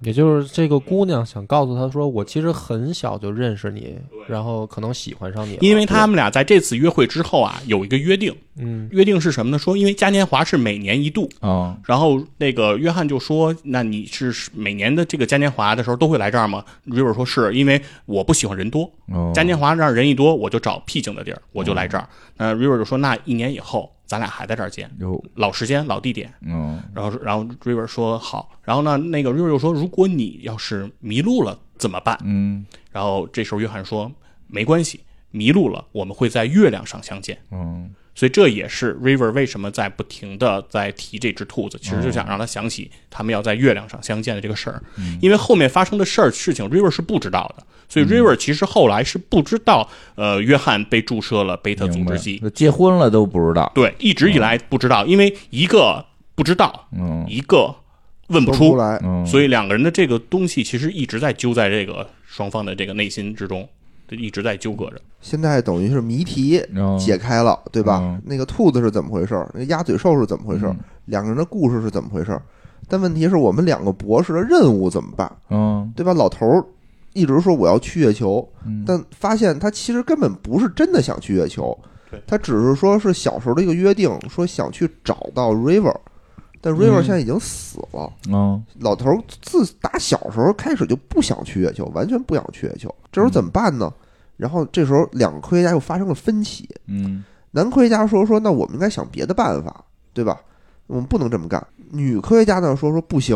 [SPEAKER 2] 也就是这个姑娘想告诉他说，我其实很小就认识你，然后可能喜欢上你了，
[SPEAKER 3] 因为他们俩在这次约会之后啊，有一个约定，
[SPEAKER 2] 嗯，
[SPEAKER 3] 约定是什么呢？说因为嘉年华是每年一度，
[SPEAKER 1] 哦，
[SPEAKER 3] 然后那个约翰就说：“那你是每年的这个嘉年华的时候都会来这儿吗？”River 说是：“因为我不喜欢人多，
[SPEAKER 1] 哦
[SPEAKER 3] 嘉年华这儿人一多，我就找僻静的地儿，我就来这儿。那 River 就说：“那一年以后，咱俩还在这儿见，
[SPEAKER 1] 有，
[SPEAKER 3] 老时间老地点。”
[SPEAKER 1] 嗯
[SPEAKER 3] 然后，然后 River 说好，然后呢，那个 River 又说，如果你要是迷路了怎么办？
[SPEAKER 1] 嗯
[SPEAKER 3] 然后这时候约翰说，没关系，迷路了我们会在月亮上相见。
[SPEAKER 1] 嗯
[SPEAKER 3] 所以这也是 River 为什么在不停的在提这只兔子，其实就想让他想起他们要在月亮上相见的这个事儿，
[SPEAKER 1] 嗯
[SPEAKER 3] 因为后面发生的事儿事情 River 是不知道的，所以 River 其实后来是不知道，呃，约翰被注射了贝塔阻
[SPEAKER 1] 明白
[SPEAKER 3] 织剂，
[SPEAKER 1] 结婚了都不知道，
[SPEAKER 3] 对，一直以来不知道，因为一个不知道，
[SPEAKER 1] 嗯
[SPEAKER 3] 一个问”不
[SPEAKER 4] 说不
[SPEAKER 3] 出
[SPEAKER 4] 出，来，
[SPEAKER 1] 嗯，
[SPEAKER 3] 所以两个人的这个东西其实一直在揪在这个双方的这个内心之中，就一直在纠葛着。
[SPEAKER 4] 现在等于是谜题
[SPEAKER 1] 嗯
[SPEAKER 4] 解开了，对吧？
[SPEAKER 1] 嗯
[SPEAKER 4] 那个兔子是怎么回事儿？那个鸭嘴兽是怎么回事儿？
[SPEAKER 1] 嗯
[SPEAKER 4] 两个人的故事是怎么回事儿？但问题是我们两个博士的任务怎么办，
[SPEAKER 1] 嗯
[SPEAKER 4] 对吧？老头儿一直说我要去月球，
[SPEAKER 1] 嗯
[SPEAKER 4] 但发现他其实根本不是真的想去月球
[SPEAKER 3] 对，
[SPEAKER 4] 他只是说是小时候的一个约定，说想去找到 River，但 River 现在已经死了。
[SPEAKER 1] 嗯
[SPEAKER 4] 老头儿自打小时候开始就不想去月球，完全不想去月球。这时候怎么办呢？然后这时候两个科学家又发生了分歧。
[SPEAKER 1] 嗯
[SPEAKER 4] 男科学家说说，那我们应该想别的办法，对吧？我们不能这么干。女科学家呢说说不行，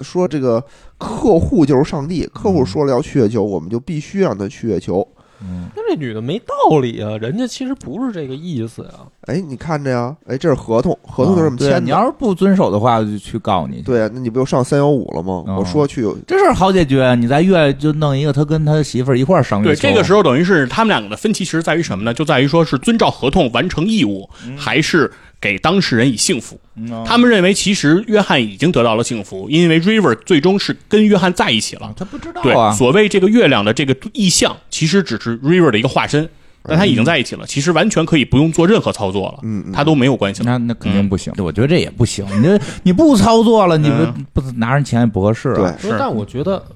[SPEAKER 4] 说这个客户就是上帝，客户说了要去月球，我们就必须让他去月球。
[SPEAKER 1] 嗯，
[SPEAKER 2] 那这女的没道理啊，人家其实不是这个意思啊。
[SPEAKER 4] 哎，你看着呀，哎，这是合同，合同就这么
[SPEAKER 1] 哦
[SPEAKER 3] 啊
[SPEAKER 1] 对
[SPEAKER 4] 签
[SPEAKER 1] 你
[SPEAKER 4] 的。
[SPEAKER 1] 要是不遵守的话，我就去告你。
[SPEAKER 4] 对，啊那你不就上三幺五了吗？
[SPEAKER 3] 哦
[SPEAKER 1] 嗯
[SPEAKER 4] 我说去有
[SPEAKER 1] 这事儿好解决，你在月就弄一个他跟他媳妇儿一块儿上月
[SPEAKER 3] 对，
[SPEAKER 1] 球
[SPEAKER 3] 这个时候等于是他们两个的分歧，其实在于什么呢？就在于说是遵照合同完成义务，还是给当事人以幸福。
[SPEAKER 1] 嗯
[SPEAKER 3] 他们认为，其实约翰已经得到了幸福，因为 River 最终是跟约翰在一起了。
[SPEAKER 1] 他不知道
[SPEAKER 3] 对，
[SPEAKER 1] 啊，
[SPEAKER 3] 所谓这个月亮的这个意象，其实只是 River 的一个化身，但他已经在一起了，其实完全可以不用做任何操作了，
[SPEAKER 4] 嗯嗯
[SPEAKER 3] 他都没有关系了。
[SPEAKER 1] 那那肯定不行。我觉得这也不行，你这你不操作了，你
[SPEAKER 3] 嗯
[SPEAKER 1] 不不拿人钱也不合适啊。
[SPEAKER 4] 对，
[SPEAKER 2] 不是，但我觉得呃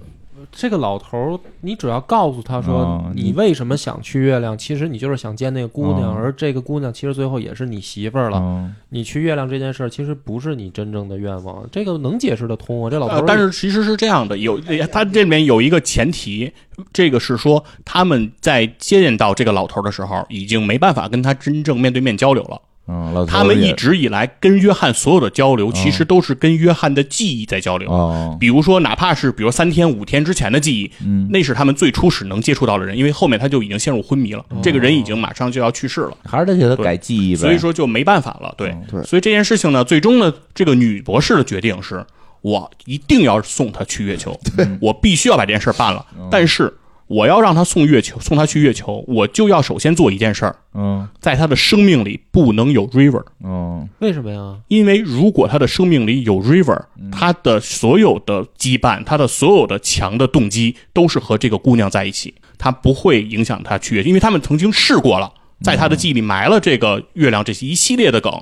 [SPEAKER 2] 这个老头儿，你只要告诉他说
[SPEAKER 4] 啊
[SPEAKER 1] 嗯
[SPEAKER 2] 你为什么想去月亮，其实你就是想见那个姑娘，
[SPEAKER 4] 啊
[SPEAKER 1] 嗯
[SPEAKER 2] 而这个姑娘其实最后也是你媳妇儿了。
[SPEAKER 1] 嗯
[SPEAKER 2] 你去月亮这件事儿其实不是你真正的愿望，这个能解释得通啊。
[SPEAKER 1] 哦
[SPEAKER 2] 这老头
[SPEAKER 3] 呃
[SPEAKER 2] 儿，，
[SPEAKER 3] 但是其实是这样的，有
[SPEAKER 1] 哎
[SPEAKER 3] 他这里面有一个前提，这个是说他们在接见到这个老头的时候，已经没办法跟他真正面对面交流了。
[SPEAKER 1] 嗯，老头儿
[SPEAKER 3] 他们
[SPEAKER 1] 也
[SPEAKER 3] 一直以来跟约翰所有的交流，其实都是跟约翰的记忆在交流。
[SPEAKER 1] 哦，
[SPEAKER 3] 比如说，哪怕是比如三天五天之前的记忆，
[SPEAKER 1] 嗯
[SPEAKER 3] 那是他们最初始能接触到的人，因为后面他就已经陷入昏迷了，
[SPEAKER 1] 哦
[SPEAKER 3] 这个人已经马上就要去世了，
[SPEAKER 1] 还是得给他改记忆呗。
[SPEAKER 3] 所以说就没办法了。对，
[SPEAKER 4] 对
[SPEAKER 3] 所以这件事情呢，最终呢，这个女博士的决定是我一定要送她去月球，我必须要把这件事办了，但是我要让她送月球，送她去月球，我就要首先做一件事儿，
[SPEAKER 1] 嗯
[SPEAKER 3] 在她的生命里不能有 River。
[SPEAKER 1] 嗯
[SPEAKER 2] 为什么呀？
[SPEAKER 3] 因为如果他的生命里有 River，他的所有的羁绊，他的所有的强的动机都是和这个姑娘在一起，他不会影响他去月，因为他们曾经试过了，在他的记忆里埋了这个月亮这些一系列的梗，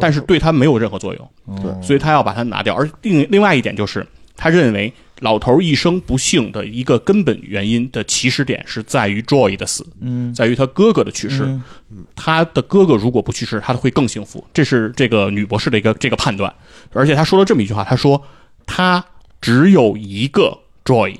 [SPEAKER 3] 但是对他没有任何作用，
[SPEAKER 1] 哦
[SPEAKER 4] 对
[SPEAKER 3] 所以他要把它拿掉。而另另外一点就是，他认为老头一生不幸的一个根本原因的起始点是在于 Joy 的死，
[SPEAKER 1] 嗯，
[SPEAKER 3] 在于他哥哥的去世。他的哥哥如果不去世，他会更幸福。这是这个女博士的一个这个判断。而且他说了这么一句话，他说他只有一个 Joy，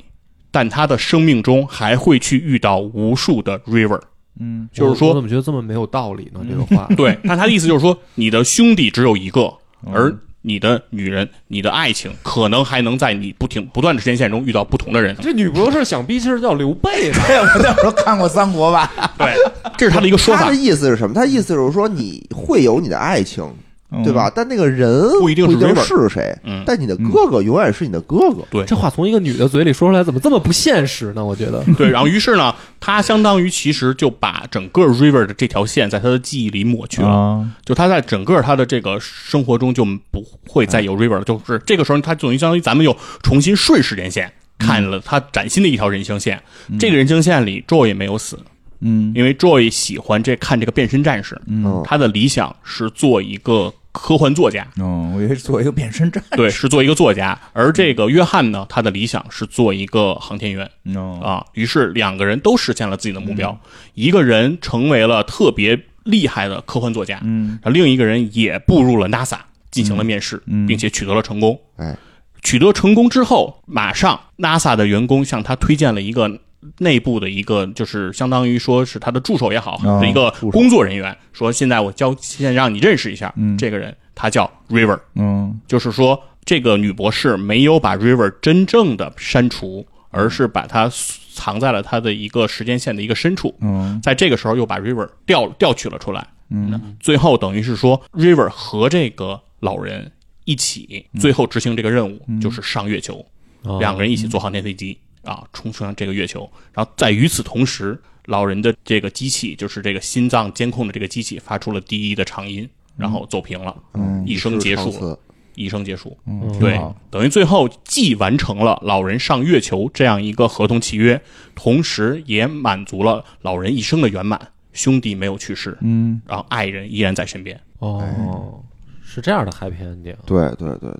[SPEAKER 3] 但他的生命中还会去遇到无数的 River。
[SPEAKER 1] 嗯，
[SPEAKER 3] 就
[SPEAKER 2] 我
[SPEAKER 3] 是
[SPEAKER 2] 我
[SPEAKER 3] 说嗯
[SPEAKER 2] 怎，么觉得这么没有道理呢？这个话，
[SPEAKER 3] 对，那他的意思就是说，你的兄弟只有一个，
[SPEAKER 1] 嗯
[SPEAKER 3] 而。你的女人，你的爱情，可能还能在你不停不断的时间线中遇到不同的人。
[SPEAKER 2] 这女博士想必是叫刘备吧？
[SPEAKER 1] 哎，我 那时候看过《三国》吧？
[SPEAKER 3] 对，这是他的一个说
[SPEAKER 4] 他
[SPEAKER 3] 法嗯
[SPEAKER 4] 的，意思是什么？他意思就是说你会有你的爱情，
[SPEAKER 1] 嗯
[SPEAKER 4] 对吧？？但那个人
[SPEAKER 3] 不一定是
[SPEAKER 4] 是
[SPEAKER 3] River
[SPEAKER 4] 谁
[SPEAKER 3] 嗯，
[SPEAKER 4] 但你的哥哥永远是你的哥哥。
[SPEAKER 3] 对
[SPEAKER 2] 这话从一个女的嘴里说出来，怎么这么不现实呢？我觉得，
[SPEAKER 3] 对，然后于是呢，他相当于其实就把整个 River 的这条线在他的记忆里抹去了，
[SPEAKER 1] 啊，
[SPEAKER 3] 就他在整个他的这个生活中就不会
[SPEAKER 1] 嗯
[SPEAKER 3] 再有 River，了、就是这个时候他等于相当于咱们又重新顺时间线看了他崭新的一条人生线，这个人生线里 Joy 也没有死，
[SPEAKER 1] 嗯
[SPEAKER 3] 因为 Joy 喜欢这看这个变身战士，
[SPEAKER 4] 嗯，
[SPEAKER 3] 他的理想是做一个科幻作家。
[SPEAKER 1] 嗯，我以为是做一个变身站。
[SPEAKER 3] 对，是做一个作家，而这个约翰呢，他的理想是做一个航天员。
[SPEAKER 1] 嗯
[SPEAKER 3] 啊，于是两个人都实现了自己的目标，一个人成为了特别厉害的科幻作家，
[SPEAKER 1] 嗯，
[SPEAKER 3] 然后另一个人也步入了 NASA 进行了面试，
[SPEAKER 1] 嗯
[SPEAKER 3] 并且取得了成功。
[SPEAKER 4] 哎，
[SPEAKER 3] 取得成功之后，马上 NASA 的员工向他推荐了一个内部的一个，就是相当于说是他的助手也好，
[SPEAKER 1] 哦
[SPEAKER 3] 是一个
[SPEAKER 1] 助手
[SPEAKER 3] 工作人员，说现在我教，现在让你认识一下、
[SPEAKER 1] 嗯
[SPEAKER 3] 这个人，他叫 River。
[SPEAKER 1] 嗯
[SPEAKER 3] 就是说，这个女博士没有把 River 真正的删除，而是把它藏在了她的一个时间线的一个深处。
[SPEAKER 1] 嗯
[SPEAKER 3] 在这个时候，又把 River 调调取了出来。
[SPEAKER 1] 嗯，
[SPEAKER 3] 最后等于是说，River 和这个老人一起，最后执行这个任务，就是上月球，
[SPEAKER 2] 哦
[SPEAKER 3] 两个人一起坐航天飞机啊，冲上这个月球。然后在与此同时，老人的这个机器，就是这个心脏监控的这个机器，发出了第一的长音，然后走平了，一生结束
[SPEAKER 4] 是长。
[SPEAKER 3] 了
[SPEAKER 4] 此
[SPEAKER 3] 一生结束，
[SPEAKER 1] 嗯
[SPEAKER 3] 对
[SPEAKER 1] 挺好，
[SPEAKER 3] 等于最后既完成了老人上月球这样一个合同契约，同时也满足了老人一生的圆满，兄弟没有去世，
[SPEAKER 1] 嗯
[SPEAKER 3] 然后爱人依然在身边。
[SPEAKER 2] 哦，是这样的 happy ending，
[SPEAKER 4] 对对对对，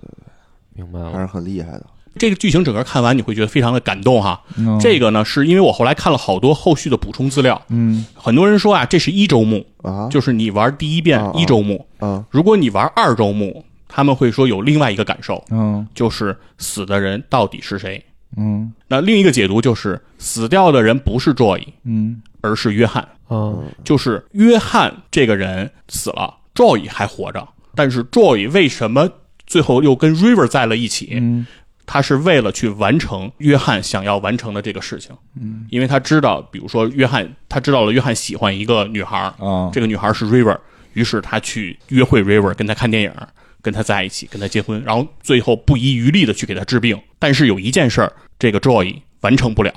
[SPEAKER 2] 明白
[SPEAKER 3] 嗯
[SPEAKER 2] 了。
[SPEAKER 4] 还
[SPEAKER 2] 啊
[SPEAKER 4] 是很厉害的。
[SPEAKER 3] 这个剧情整个看完，你会觉得非常的感动哈。
[SPEAKER 1] 嗯
[SPEAKER 3] 这个呢，是因为我后来看了好多后续的补充资料，
[SPEAKER 1] 嗯
[SPEAKER 3] 很多人说啊，这是一周目，
[SPEAKER 4] 啊，
[SPEAKER 3] 就是你玩第一遍
[SPEAKER 4] 啊啊
[SPEAKER 3] 一周目，
[SPEAKER 4] 啊，
[SPEAKER 3] 如果你玩二周目，他们会说有另外一个感受，
[SPEAKER 1] 嗯
[SPEAKER 3] 就是死的人到底是谁。
[SPEAKER 1] 嗯
[SPEAKER 3] 那另一个解读就是，死掉的人不是 Joy，
[SPEAKER 1] 嗯
[SPEAKER 3] 而是约翰。
[SPEAKER 2] 嗯，
[SPEAKER 3] 就是约翰这个人死了，Joy 还活着，但是 Joy 为什么最后又跟 River 在了一起？
[SPEAKER 1] 嗯
[SPEAKER 3] 他是为了去完成约翰想要完成的这个事情，
[SPEAKER 1] 嗯，
[SPEAKER 3] 因为他知道，比如说约翰，他知道了约翰喜欢一个女孩儿，
[SPEAKER 1] 啊，
[SPEAKER 3] 这个女孩是 River，于是他去约会 River，跟她看电影，跟她在一起，跟她结婚，然后最后不遗余力的去给她治病。但是有一件事儿，这个 Joy 完成不了，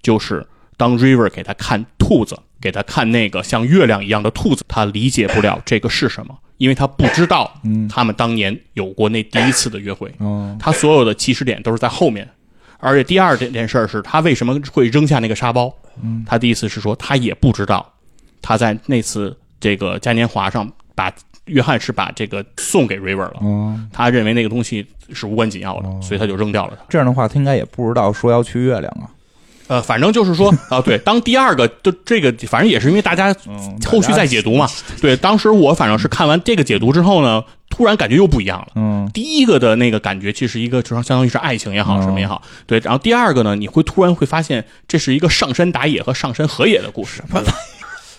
[SPEAKER 3] 就是当 River 给他看兔子，给他看那个像月亮一样的兔子，他理解不了这个是什么，因为他不知道
[SPEAKER 1] 嗯，
[SPEAKER 3] 他们当年有过那第一次的约会。
[SPEAKER 1] 嗯，
[SPEAKER 3] 他所有的起始点都是在后面。而且第二件件事儿是他为什么会扔下那个沙包？他的意思是说他也不知道，他在那次这个嘉年华上把约翰是把这个送给 River 了，
[SPEAKER 1] 嗯，
[SPEAKER 3] 他认为那个东西是无关紧要的，所以他就扔掉了它。
[SPEAKER 1] 这样的话，他应该也不知道说要去月亮啊。
[SPEAKER 3] 呃，反正就是说啊，对，当第二个就这个，反正也是因为大家
[SPEAKER 1] 嗯
[SPEAKER 3] 后续再解读嘛。对，当时我反正是看完这个解读之后呢，突然感觉又不一样了。
[SPEAKER 1] 嗯
[SPEAKER 3] 第一个的那个感觉，其实一个就是相当于是爱情也好，
[SPEAKER 1] 嗯
[SPEAKER 3] 什么也好，对。然后第二个呢，你会突然会发现，这是一个上山打野和上山河野的故事。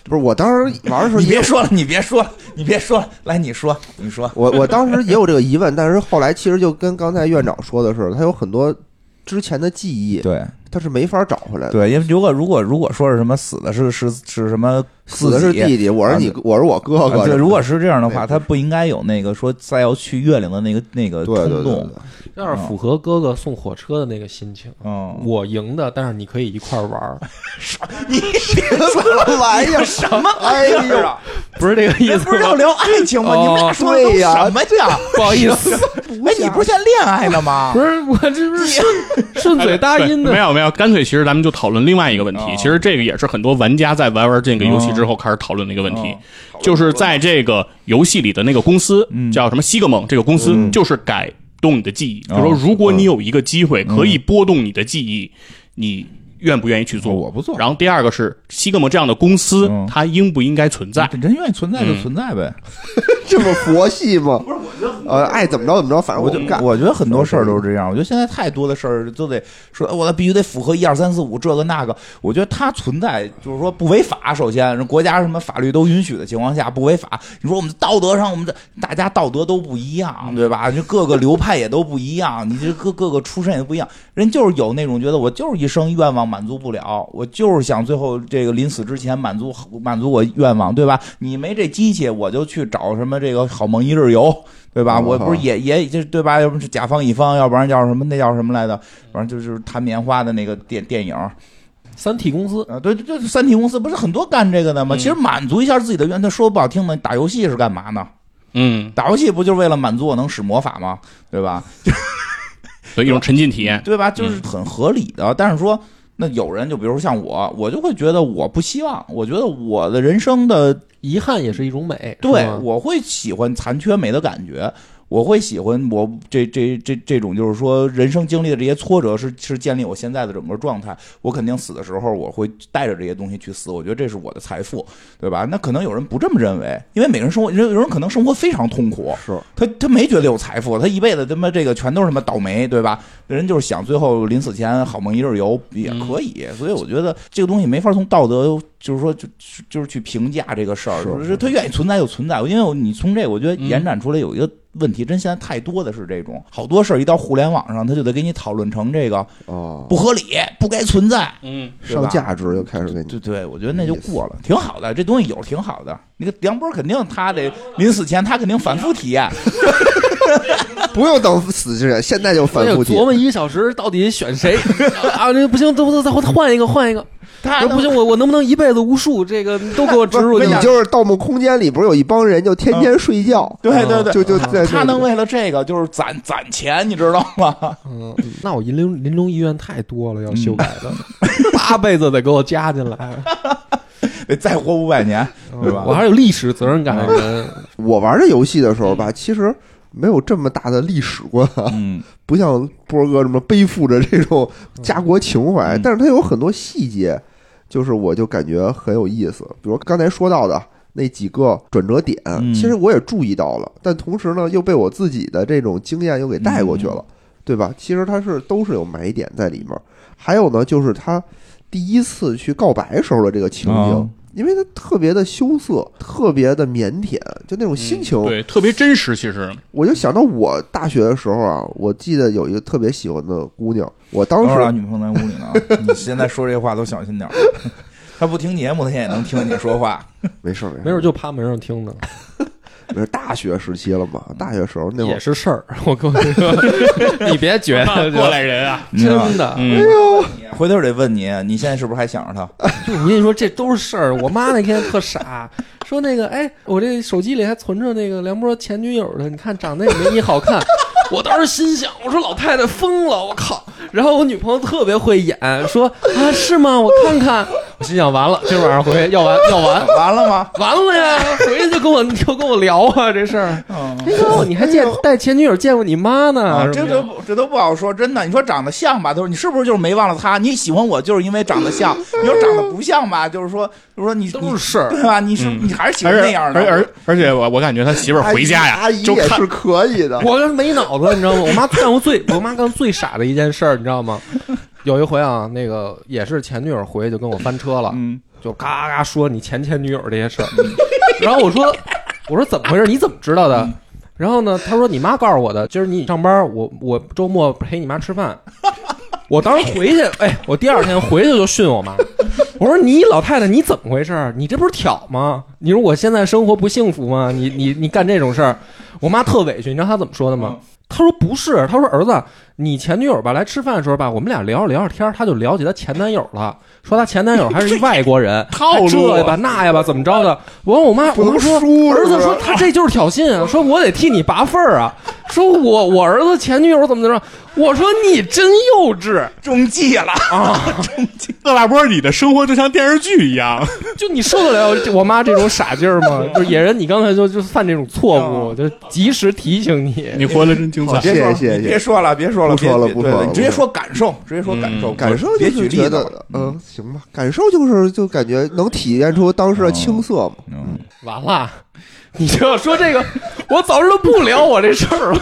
[SPEAKER 4] 不是我当时玩的时候
[SPEAKER 1] 你
[SPEAKER 4] 也
[SPEAKER 1] 别
[SPEAKER 4] 有，
[SPEAKER 1] 说了，你别说了，你别说了，来，你说，你说，
[SPEAKER 4] 我我当时也有这个疑问，但是后来其实就跟刚才院长说的是，他有很多之前的记忆，
[SPEAKER 1] 对
[SPEAKER 4] 他是没法找回来的。
[SPEAKER 1] 对，因为如果如果如果说是什么死的是是是什么
[SPEAKER 4] 死的是
[SPEAKER 1] 自己
[SPEAKER 4] 弟弟，我是你，我是我哥
[SPEAKER 1] 啊
[SPEAKER 4] 哥。
[SPEAKER 1] 对，如果是这样的话，
[SPEAKER 4] 对
[SPEAKER 1] 他不应该有那个说再要去月亮的那个那个
[SPEAKER 4] 对对
[SPEAKER 1] 冲
[SPEAKER 4] 对
[SPEAKER 1] 动
[SPEAKER 4] 对。，
[SPEAKER 2] 这样符合哥哥送火车的那个心情。
[SPEAKER 1] 嗯，
[SPEAKER 2] 我赢的，但是你可以一块儿玩儿，
[SPEAKER 1] 你
[SPEAKER 4] 什么玩意儿？
[SPEAKER 1] 什么玩
[SPEAKER 4] 哎
[SPEAKER 1] 意儿
[SPEAKER 4] 呦
[SPEAKER 1] 啊？，
[SPEAKER 2] 不是这个意
[SPEAKER 1] 这
[SPEAKER 2] 思
[SPEAKER 1] 不。是要聊爱情 吗？
[SPEAKER 2] 哦
[SPEAKER 1] 你们俩说的都
[SPEAKER 4] 对呀
[SPEAKER 1] 什么呀？
[SPEAKER 2] 不好意 思，
[SPEAKER 1] 哎，你不是现在恋爱呢吗
[SPEAKER 2] 不？是我这不是顺顺 嘴搭音
[SPEAKER 3] 对
[SPEAKER 2] 的。
[SPEAKER 3] 没有没有，干脆其实咱们就讨论另外一个问题。
[SPEAKER 1] 哦
[SPEAKER 3] 其实这个也是很多玩家在玩完这个游戏之后开始讨论的一个
[SPEAKER 1] 哦
[SPEAKER 3] 问题，就是在这个游戏里的那个公司、
[SPEAKER 1] 嗯
[SPEAKER 3] 叫什么西格蒙，这个公司
[SPEAKER 4] 嗯
[SPEAKER 3] 就是改动你的记忆，
[SPEAKER 1] 哦嗯
[SPEAKER 3] 就说如果你有一个机会可以波动你的记忆，你愿不愿意去做？
[SPEAKER 1] 哦我不做
[SPEAKER 3] 然后第二个是西格蒙这样的公司，
[SPEAKER 1] 嗯
[SPEAKER 3] 它应不应该存在？
[SPEAKER 1] 人愿意存在就存在呗。
[SPEAKER 4] 这么佛系吗？不是，我觉得呃，爱怎么着怎么着，反正
[SPEAKER 1] 我
[SPEAKER 4] 我
[SPEAKER 1] 就
[SPEAKER 4] 就干。
[SPEAKER 1] 我觉得很多事儿都是这样。我觉得现在太多的事儿都得说，我的必须得符合一二三四五这个那个。我觉得它存在就是说不违法，首先国家什么法律都允许的情况下不违法。你说我们道德上，我们的大家道德都不一样，对吧？就各个流派也都不一样，你这各各个出身也不一样。人就是有那种觉得我就是一生愿望满足不了，我就是想最后这个临死之前满足满足我愿望，对吧？你没这机器，我就去找什么这个好梦一日游，对吧？
[SPEAKER 4] 嗯
[SPEAKER 1] 我
[SPEAKER 4] 好
[SPEAKER 1] 不是也也就是对吧？要不是甲方乙方，要不然叫什么那叫什么来的？反正就是弹棉花的那个电电影啊，
[SPEAKER 2] 三 T 公司
[SPEAKER 1] 对对对，三体公司不是很多干这个的吗？其实满足一下自己的愿，他说不好听的，打游戏是干嘛呢？
[SPEAKER 3] 嗯，
[SPEAKER 1] 打游戏不就是为了满足我能使魔法吗？对吧？
[SPEAKER 3] 所以一种沉浸体验。
[SPEAKER 1] 对吧？
[SPEAKER 2] 嗯
[SPEAKER 1] 就是很合理的。但是说，那有人就比如像我，我就会觉得我不希望，我觉得我的人生的
[SPEAKER 2] 遗憾也是一种美，
[SPEAKER 1] 对
[SPEAKER 2] 是吗
[SPEAKER 1] 我会喜欢残缺美的感觉。我会喜欢我这这这这种，就是说人生经历的这些挫折是是建立我现在的整个状态。我肯定死的时候，我会带着这些东西去死。我觉得这是我的财富，对吧？那可能有人不这么认为，因为每个人生活，人有人可能生活非常痛苦，
[SPEAKER 4] 是
[SPEAKER 1] 他他没觉得有财富，他一辈子他妈这个全都是什么倒霉，对吧？人就是想最后临死前好梦一日游也可以，所以我觉得这个东西没法从道德，就是说就就就是去评价这个事儿，
[SPEAKER 4] 是
[SPEAKER 1] 就是他愿意存在就存在。因为我你从这，我觉得延展出来有一个问题，真现在太多的是这种好多事儿一到互联网上，他就得给你讨论成这个
[SPEAKER 4] 哦，
[SPEAKER 1] 不合理、不该存在。
[SPEAKER 3] 嗯，
[SPEAKER 1] 对吧
[SPEAKER 4] 上价值又开始给你。
[SPEAKER 1] 对对，我觉得那就过了，挺好的。这东西有挺好的。那个梁波肯定他得临死前，他肯定反复体验。
[SPEAKER 4] 不用等死之前，现在就反
[SPEAKER 2] 哎
[SPEAKER 4] 复
[SPEAKER 2] 呦
[SPEAKER 4] 记
[SPEAKER 2] 琢。磨一个小时到底选 谁啊？这不行，等我再换一个，换一个。
[SPEAKER 1] 他
[SPEAKER 2] 啊不行，我我能不能一辈子无数这个都给我植入
[SPEAKER 4] 不是
[SPEAKER 2] 进
[SPEAKER 4] 你
[SPEAKER 2] 去？
[SPEAKER 4] 就是《盗梦空间》里不是有一帮人就天天睡觉，
[SPEAKER 1] 嗯
[SPEAKER 4] 啊
[SPEAKER 1] 对对对，
[SPEAKER 4] 就就在
[SPEAKER 1] 他能为了这个就是攒攒钱，你知道吗？
[SPEAKER 2] 嗯，那我银龙银龙医院太多了，要
[SPEAKER 3] 嗯
[SPEAKER 2] 修改的，八辈子得给我加进来，
[SPEAKER 1] 得再活五百年，
[SPEAKER 3] 嗯
[SPEAKER 1] 对吧
[SPEAKER 2] 我还有历史责任感的人，
[SPEAKER 4] 我玩这游戏的时候吧，其实没有这么大的历史观啊，
[SPEAKER 1] 嗯
[SPEAKER 4] 不像波哥这么背负着这种家国情怀，
[SPEAKER 1] 嗯
[SPEAKER 4] 但是它有很多细节，就是我就感觉很有意思，比如刚才说到的。那几个转折点，
[SPEAKER 1] 嗯
[SPEAKER 4] 其实我也注意到了，但同时呢，又被我自己的这种经验又给带过去了，
[SPEAKER 1] 嗯
[SPEAKER 4] 对吧？其实它是都是有买点在里面。还有呢，就是他第一次去告白时候的这个情景，
[SPEAKER 1] 哦
[SPEAKER 4] 因为他特别的羞涩，特别的腼腆，就那种
[SPEAKER 1] 嗯
[SPEAKER 4] 心情。
[SPEAKER 3] 对，特别真实。其实，
[SPEAKER 4] 我就想到我大学的时候啊，我记得有一个特别喜欢的姑娘，我当
[SPEAKER 1] 等会
[SPEAKER 4] 时
[SPEAKER 1] 儿啊，女朋友在屋里呢啊，你现在说这话都小心点儿。 他不听节目，他也能听你说话。
[SPEAKER 4] 没事儿，
[SPEAKER 2] 没
[SPEAKER 4] 事
[SPEAKER 2] 准就趴门上听呢，
[SPEAKER 4] 没事儿，大学时期了嘛，大学时候那会
[SPEAKER 2] 也
[SPEAKER 4] 儿，
[SPEAKER 2] 是事儿。我跟你 说，你别觉得
[SPEAKER 3] 过来人啊，
[SPEAKER 1] 你知道吗
[SPEAKER 2] 真的，
[SPEAKER 3] 嗯，
[SPEAKER 1] 回头得问你，你现在是不是还想着他？
[SPEAKER 2] 就 我跟你说，这都是事儿。我妈那天特傻，说那个，哎，我这手机里还存着那个梁波前女友的，你看长得也没你好看。 我当时心想，我说老太太疯了，我靠！然后我女朋友特别会演，说啊是吗？我看看。我心想完了，今儿晚上回去要完要完
[SPEAKER 1] 完了 吗？
[SPEAKER 2] 完了呀，回去就跟我就跟我聊啊这事儿。
[SPEAKER 1] 嗯，
[SPEAKER 2] 哎呦，你还见带前女友见过你妈
[SPEAKER 1] 啊，
[SPEAKER 2] 呢？
[SPEAKER 1] 这都不这都不好说，真的。你说长得像吧，都是你是不是就是没忘了他？你喜欢我就是因为长得像，你说长得不像吧，就是说，就是说你
[SPEAKER 2] 都
[SPEAKER 1] 你
[SPEAKER 2] 是事儿。
[SPEAKER 1] 对吧？你是
[SPEAKER 3] 嗯
[SPEAKER 1] 你还是喜
[SPEAKER 3] 而
[SPEAKER 1] 欢
[SPEAKER 3] 且
[SPEAKER 1] 那样的。
[SPEAKER 3] 而而而且我我感觉他媳妇儿回家呀
[SPEAKER 4] 阿姨，
[SPEAKER 3] 就
[SPEAKER 4] 阿姨也
[SPEAKER 3] 看
[SPEAKER 4] 是可 以的。
[SPEAKER 2] 我没脑子，你知道吗？我妈干过最，我妈干过最傻的一件事儿，你知道吗？有一回啊，那个也是前女友回去就跟我翻车了，
[SPEAKER 1] 嗯，
[SPEAKER 2] 就嘎嘎说你前前女友这些事儿，然后我说我说怎么回事？你怎么知道的？然后呢，她说你妈告诉我的，今儿你上班，我我周末陪你妈吃饭。 我当时回去，哎，我第二天回去就训我妈，我说你老太太你怎么回事儿？你这不是挑吗？你说我现在生活不幸福吗？你你你干这种事儿，我妈特委屈，你知道她怎么说的吗？
[SPEAKER 3] 嗯
[SPEAKER 2] 她说不是，她说儿子，你前女友吧来吃饭的时候吧，我们俩聊着聊着天儿，她就聊起她前男友了，说她前男友还是一外国人，
[SPEAKER 3] 套路啊
[SPEAKER 2] 还这呀吧那呀吧怎么着的？我问我妈，我
[SPEAKER 4] 不
[SPEAKER 2] 妈
[SPEAKER 4] 能
[SPEAKER 2] 说
[SPEAKER 4] 输
[SPEAKER 2] 儿
[SPEAKER 4] 是
[SPEAKER 2] 子
[SPEAKER 4] 不
[SPEAKER 2] 说
[SPEAKER 4] 是
[SPEAKER 2] 他这就是挑衅啊，说我得替你拔份儿啊，说我我儿子前女友怎么怎么着，我说你真幼稚
[SPEAKER 1] 中计了，
[SPEAKER 2] 啊，
[SPEAKER 3] 乐大波，你的生活就像电视剧一 样。
[SPEAKER 2] 就你受得了这我妈这种傻劲儿吗？就是野人，你刚才就就犯这种错
[SPEAKER 4] 嗯
[SPEAKER 2] 误，就及时提醒你。
[SPEAKER 3] 你活得真精彩
[SPEAKER 4] 好。谢
[SPEAKER 1] 别
[SPEAKER 4] 谢
[SPEAKER 1] 说了
[SPEAKER 4] 谢谢
[SPEAKER 1] 你别说了，别说了，
[SPEAKER 4] 不说了
[SPEAKER 1] 别
[SPEAKER 4] 不
[SPEAKER 1] 对
[SPEAKER 4] 说了
[SPEAKER 1] 你直接说感受，直接说感受，
[SPEAKER 3] 嗯
[SPEAKER 4] 感受
[SPEAKER 1] 别
[SPEAKER 4] 就
[SPEAKER 1] 举
[SPEAKER 4] 是
[SPEAKER 1] 例
[SPEAKER 4] 觉
[SPEAKER 1] 子
[SPEAKER 4] 得
[SPEAKER 1] 了，。
[SPEAKER 4] 嗯，行吧，感受就是就感觉能体验出当时的青涩嘛。
[SPEAKER 1] 嗯，
[SPEAKER 2] 完了，你就要说这个，我早知道不聊我这事儿了，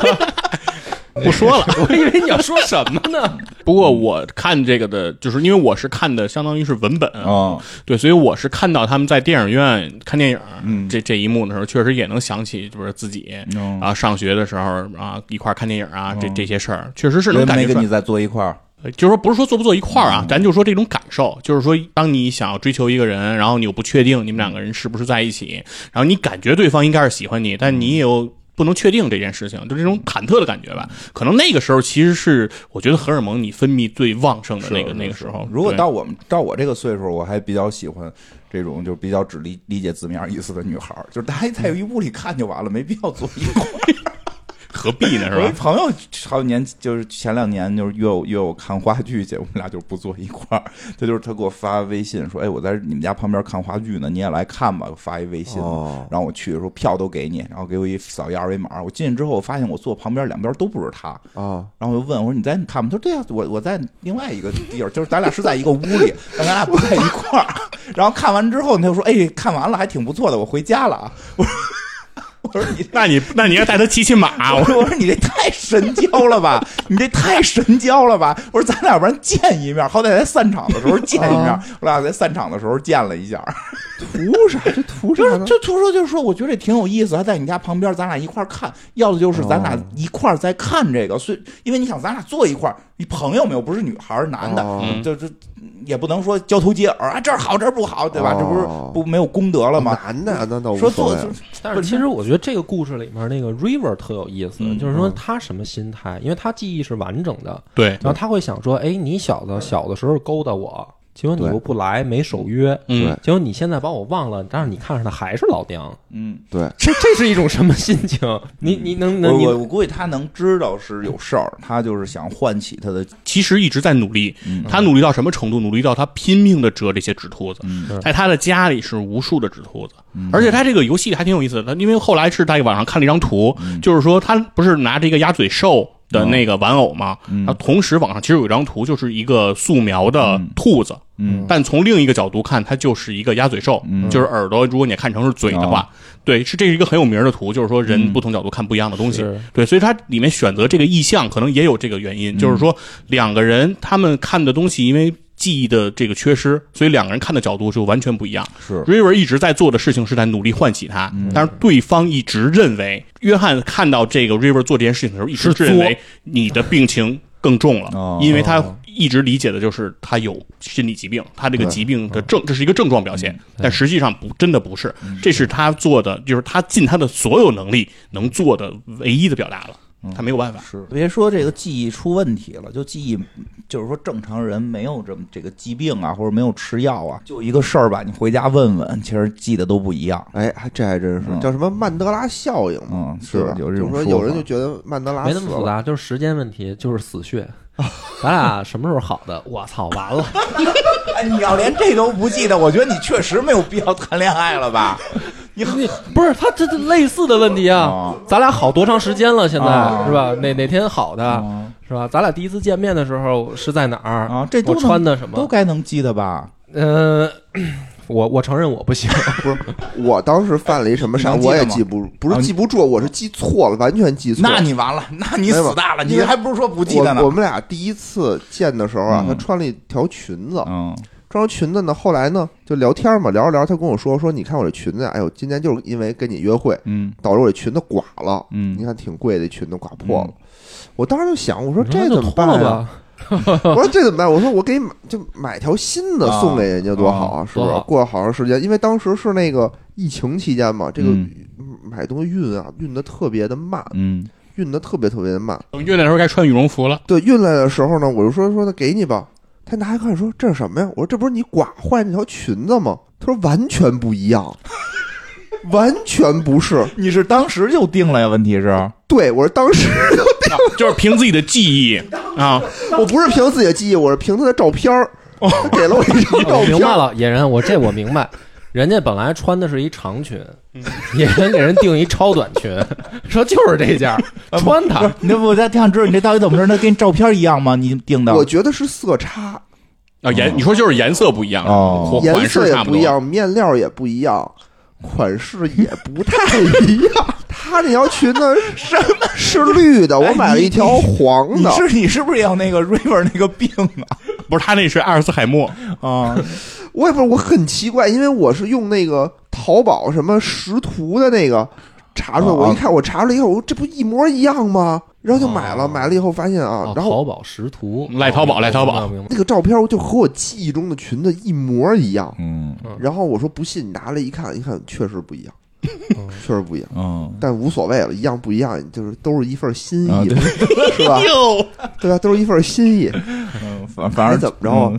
[SPEAKER 3] 不说了。
[SPEAKER 2] 我以为你要说什么呢？
[SPEAKER 3] 不过我看这个的，就是因为我是看的，相当于是文本，
[SPEAKER 1] 哦，
[SPEAKER 3] 对，所以我是看到他们在电影院看电影、
[SPEAKER 1] 嗯
[SPEAKER 3] 这这一幕的时候，确实也能想起就是自己。
[SPEAKER 1] 嗯
[SPEAKER 3] 啊，上学的时候啊，一块儿看电影啊，
[SPEAKER 2] 哦
[SPEAKER 3] 这
[SPEAKER 1] 嗯
[SPEAKER 3] 这些事儿确实是能
[SPEAKER 1] 人
[SPEAKER 3] 感
[SPEAKER 1] 没
[SPEAKER 3] 觉出
[SPEAKER 1] 跟
[SPEAKER 3] 来
[SPEAKER 1] 你。在坐一块儿，
[SPEAKER 3] 呃就是说，不是说坐不坐一块儿
[SPEAKER 1] 嗯
[SPEAKER 3] 啊，咱就说这种感受，就是说，当你想要追求一个人，然后你又不确定你们两个人是不是在一起，然后你感觉对方应该是喜欢你，但
[SPEAKER 1] 嗯
[SPEAKER 3] 你也有不能确定这件事情，就这种忐忑的感觉吧。可能那个时候其实是我觉得荷尔蒙你分泌最旺盛的那个
[SPEAKER 1] 是
[SPEAKER 3] 那个时候。
[SPEAKER 1] 如果
[SPEAKER 3] 对
[SPEAKER 1] 到我们到我这个岁数，我还比较喜欢这种就比较只理理解字面意思的女孩儿，就是大家在一屋里看就完了，没必要坐一块儿。
[SPEAKER 3] 何必呢，是
[SPEAKER 1] 我一
[SPEAKER 3] 吧？
[SPEAKER 1] 朋友好几年，就是前两年就是约我约我看话剧去，我们俩就不坐一块儿。他就是他给我发微信说：“哎，我在你们家旁边看话剧呢，你也来看吧。”发一微信，
[SPEAKER 4] 哦，
[SPEAKER 1] 然后我去的时候票都给你，然后给我一扫一二维码。我进去之后，我发现我坐旁边两边都不是他，
[SPEAKER 4] 啊，
[SPEAKER 1] 然后我就问我说你在看吗？他说对呀、啊我我在另外一个地儿，就是咱俩是在一个屋里，但咱俩不在一块儿。然后看完之后，他就说哎，看完了还挺不错的，我回家了啊。 我说我说你。
[SPEAKER 3] 那你那你要带他骑骑马，
[SPEAKER 1] 啊我
[SPEAKER 3] 我
[SPEAKER 1] 说我说你这太神交了吧，你这太神交了吧！我说咱俩要不然见一面，好歹在散场的时候见一面
[SPEAKER 4] 啊。
[SPEAKER 1] 我俩在散场的时候见了一下，
[SPEAKER 4] 图啥？这图啥
[SPEAKER 1] 就是
[SPEAKER 4] 呢？
[SPEAKER 1] 就图说就是说，我觉得这挺有意思，还在你家旁边，咱俩一块儿看。要的就是咱
[SPEAKER 4] 哦
[SPEAKER 1] 俩一块儿在看这个，所以因为你想，咱俩坐一块儿，你朋友没有，不是女孩儿，男的，
[SPEAKER 4] 哦
[SPEAKER 3] 嗯
[SPEAKER 1] 就就也不能说交头接耳啊，这儿好这儿不好，对吧？
[SPEAKER 4] 哦
[SPEAKER 1] 这不是不没有功德了吗？
[SPEAKER 4] 男的那倒无
[SPEAKER 1] 说做
[SPEAKER 4] 所谓
[SPEAKER 1] 就。
[SPEAKER 2] 但是其实我觉得这个故事里面那个 River 特有意思，
[SPEAKER 1] 嗯
[SPEAKER 2] 就是说他什么心态，因为他记忆是完整的，
[SPEAKER 3] 对，
[SPEAKER 2] 然后他会想说，哎，你小子小的时候勾搭我，结果你
[SPEAKER 4] 对
[SPEAKER 2] 又不来，没守约，
[SPEAKER 3] 嗯，
[SPEAKER 2] 结果你现在把我忘了，但是你看上的还是老娘，
[SPEAKER 1] 嗯，
[SPEAKER 4] 对，
[SPEAKER 2] 这这是一种什么心情？你你能
[SPEAKER 1] 我
[SPEAKER 2] 能
[SPEAKER 1] 我
[SPEAKER 2] 你
[SPEAKER 1] 我估计他能知道是有事儿，他就是想唤起他的
[SPEAKER 3] 其实一直在努力。
[SPEAKER 1] 嗯
[SPEAKER 3] 他努力到什么程度？努力到他拼命的折这些纸秃子，
[SPEAKER 1] 嗯
[SPEAKER 3] 在他的家里是无数的纸秃子。而且他这个游戏还挺有意思的，因为后来是在网上看了一张图，
[SPEAKER 1] 嗯
[SPEAKER 3] 就是说他不是拿着一个鸭嘴兽。的那个玩偶嘛，
[SPEAKER 1] 嗯
[SPEAKER 3] 然后同时网上其实有一张图，就是一个素描的兔子，
[SPEAKER 1] 嗯
[SPEAKER 3] 但从另一个角度看，它就是一个鸭嘴兽，
[SPEAKER 1] 嗯哦
[SPEAKER 3] 就是耳朵，如果你看成是嘴的话，对，是这是一个很有名的图，就是说
[SPEAKER 1] 嗯
[SPEAKER 3] 人不同角度看不一样的东西，
[SPEAKER 2] 是
[SPEAKER 3] 对，所以它里面选择这个意象，可能也有这个原因，就是说两个人他们看的东西，因为记忆的这个缺失，所以两个人看的角度就完全不一样。
[SPEAKER 1] 是嗯
[SPEAKER 3] River 一直在做的事情是在努力唤起他，但是对方一直认为约翰看到这个 River 做这件事情的时候，一直
[SPEAKER 2] 是作
[SPEAKER 3] 认为你的病情更重了，
[SPEAKER 1] 哦
[SPEAKER 3] 因为他一直理解的就是他有心理疾病，他这个疾病的症，这是一个症状表现，但实际上不真的不是，这是他做的，就是他尽他的所有能力能做的唯一的表达了，他没有办法。
[SPEAKER 1] 是，别说这个记忆出问题了，就记忆，就是说正常人没有这么这个疾病啊，或者没有吃药啊，就一个事儿吧，你回家问问，其实记得都不一样。
[SPEAKER 4] 哎，还这还真是
[SPEAKER 1] 嗯
[SPEAKER 4] 叫什么曼德拉效应嘛？
[SPEAKER 1] 嗯，
[SPEAKER 4] 是吧？
[SPEAKER 1] 有这
[SPEAKER 4] 就
[SPEAKER 1] 种
[SPEAKER 4] 是说
[SPEAKER 1] 说
[SPEAKER 4] 有人
[SPEAKER 1] 法
[SPEAKER 4] 就觉得曼德拉
[SPEAKER 2] 没
[SPEAKER 4] 死
[SPEAKER 2] 那么复
[SPEAKER 4] 了，
[SPEAKER 2] 杂，就是时间问题，就是死穴。
[SPEAKER 1] 哦
[SPEAKER 2] 咱俩什么时候好的？我操，完了！
[SPEAKER 1] 哎，你要连这都不记得，我觉得你确实没有必要谈恋爱了 吧？
[SPEAKER 2] 你不是他这这类似的问题啊
[SPEAKER 1] 哦？
[SPEAKER 2] 咱俩好多长时间了？现在
[SPEAKER 1] 哦
[SPEAKER 2] 是吧？哪哪天好的
[SPEAKER 1] 哦
[SPEAKER 2] 是吧？咱俩第一次见面的时候是在哪儿
[SPEAKER 1] 啊，这都
[SPEAKER 2] 我
[SPEAKER 1] 能
[SPEAKER 2] 穿的什
[SPEAKER 1] 都
[SPEAKER 2] 么？
[SPEAKER 1] 该能记得吧？
[SPEAKER 2] 嗯， 我我承认我不行，
[SPEAKER 4] 不是？我当时犯了一什么傻，
[SPEAKER 1] 你能记
[SPEAKER 4] 我
[SPEAKER 1] 得
[SPEAKER 4] 也
[SPEAKER 1] 吗
[SPEAKER 4] 记不，不
[SPEAKER 1] 啊
[SPEAKER 4] 是
[SPEAKER 1] 你
[SPEAKER 4] 记不住，我是记错了，完全记错了。
[SPEAKER 1] 那你完了，那你
[SPEAKER 4] 没有
[SPEAKER 1] 死大了，
[SPEAKER 4] 因
[SPEAKER 1] 你
[SPEAKER 4] 为
[SPEAKER 1] 还不如说不记得呢
[SPEAKER 4] 我我。们俩第一次见的时候啊，
[SPEAKER 1] 嗯
[SPEAKER 4] 她穿了一条裙子，
[SPEAKER 1] 嗯，
[SPEAKER 4] 穿条裙子呢，后来呢就聊天嘛，聊着聊，她跟我说说，你看我这裙子啊，哎呦，今天就是因为跟你约会，
[SPEAKER 1] 嗯
[SPEAKER 4] 导致我这裙子刮了，
[SPEAKER 1] 嗯
[SPEAKER 4] 你看挺贵的，裙子刮破了。我当时就想，我说
[SPEAKER 2] 你说
[SPEAKER 4] 这
[SPEAKER 2] 那就
[SPEAKER 4] 怎么办啊
[SPEAKER 2] 脱了
[SPEAKER 4] 呀？
[SPEAKER 2] 吧？
[SPEAKER 4] 我说这怎么办？我说我给你买，就买条新的送给人家多好啊，是不
[SPEAKER 2] 多
[SPEAKER 4] 是
[SPEAKER 2] 好？
[SPEAKER 4] 过好长时间，因为当时是那个疫情期间嘛，这个
[SPEAKER 1] 嗯
[SPEAKER 4] 买东西运啊，运的特别的慢，
[SPEAKER 1] 嗯
[SPEAKER 4] 运的特别特别的慢。
[SPEAKER 3] 等月亮的时候该穿羽绒服了，
[SPEAKER 4] 对，运来的时候呢，我就说说那给你吧。他拿一看说这是什么呀？我说这不是你刮坏那条裙子吗？他说完全不一样，完全不是。
[SPEAKER 1] 你是当时就定了呀？问题是，
[SPEAKER 4] 对我说当时
[SPEAKER 3] 就是凭自己的记忆啊，
[SPEAKER 4] 我不是凭自己的记忆，我是凭他的照片儿，他给了我一张
[SPEAKER 2] 哦
[SPEAKER 4] 照
[SPEAKER 2] 我哦明
[SPEAKER 4] 片
[SPEAKER 2] 白
[SPEAKER 4] 儿。
[SPEAKER 2] 了，野人，我这我明白。人家本来穿的是一长裙，
[SPEAKER 3] 嗯
[SPEAKER 2] 野人给人定一超短裙， 说就是这件儿，
[SPEAKER 3] 啊
[SPEAKER 2] 穿
[SPEAKER 4] 啊
[SPEAKER 2] 它。
[SPEAKER 1] 你这我在挺想知道你这到底怎么回事？那跟照片一样吗？你定的？
[SPEAKER 4] 我觉得是色差，
[SPEAKER 3] 啊颜你说就是颜色不一样，
[SPEAKER 1] 哦
[SPEAKER 3] 或
[SPEAKER 4] 颜
[SPEAKER 3] 款
[SPEAKER 4] 色
[SPEAKER 3] 式
[SPEAKER 4] 也
[SPEAKER 3] 差不
[SPEAKER 4] 不
[SPEAKER 3] 多
[SPEAKER 4] 一，样，面料也不一样，款式也不太一样。他那条裙子是是绿的，我买了一条黄
[SPEAKER 1] 你
[SPEAKER 4] 的。
[SPEAKER 1] 是你是不是也有那个 River 那个病
[SPEAKER 3] 不是他那是阿尔茨海默，
[SPEAKER 1] 啊？啊，
[SPEAKER 4] 我也不是，我很奇怪，因为我是用那个淘宝什么识图的那个查出来，
[SPEAKER 1] 哦
[SPEAKER 4] 我一看，我查出来以后，我说这不一模一样吗？然后就买了，
[SPEAKER 2] 哦
[SPEAKER 4] 买了以后发现啊
[SPEAKER 2] 哦，
[SPEAKER 4] 然
[SPEAKER 2] 淘
[SPEAKER 4] 后
[SPEAKER 2] 宝识图，
[SPEAKER 3] 嗯
[SPEAKER 2] 哦
[SPEAKER 3] 赖淘宝赖淘宝
[SPEAKER 2] 明白明白
[SPEAKER 4] 那个照片就和我记忆中的裙子一模一样。
[SPEAKER 1] 嗯
[SPEAKER 4] 然后我说不信，拿来一看，一看确实不一样，确实不一样。
[SPEAKER 1] 嗯，
[SPEAKER 4] 但无所谓了，一样不一样，就是都是一份心
[SPEAKER 1] 啊
[SPEAKER 4] 意
[SPEAKER 1] 对
[SPEAKER 4] 嘛，是吧？
[SPEAKER 3] 哟，
[SPEAKER 4] 对啊吧？都是一份 心意，
[SPEAKER 1] 嗯反反嗯正
[SPEAKER 4] 还怎么着啊？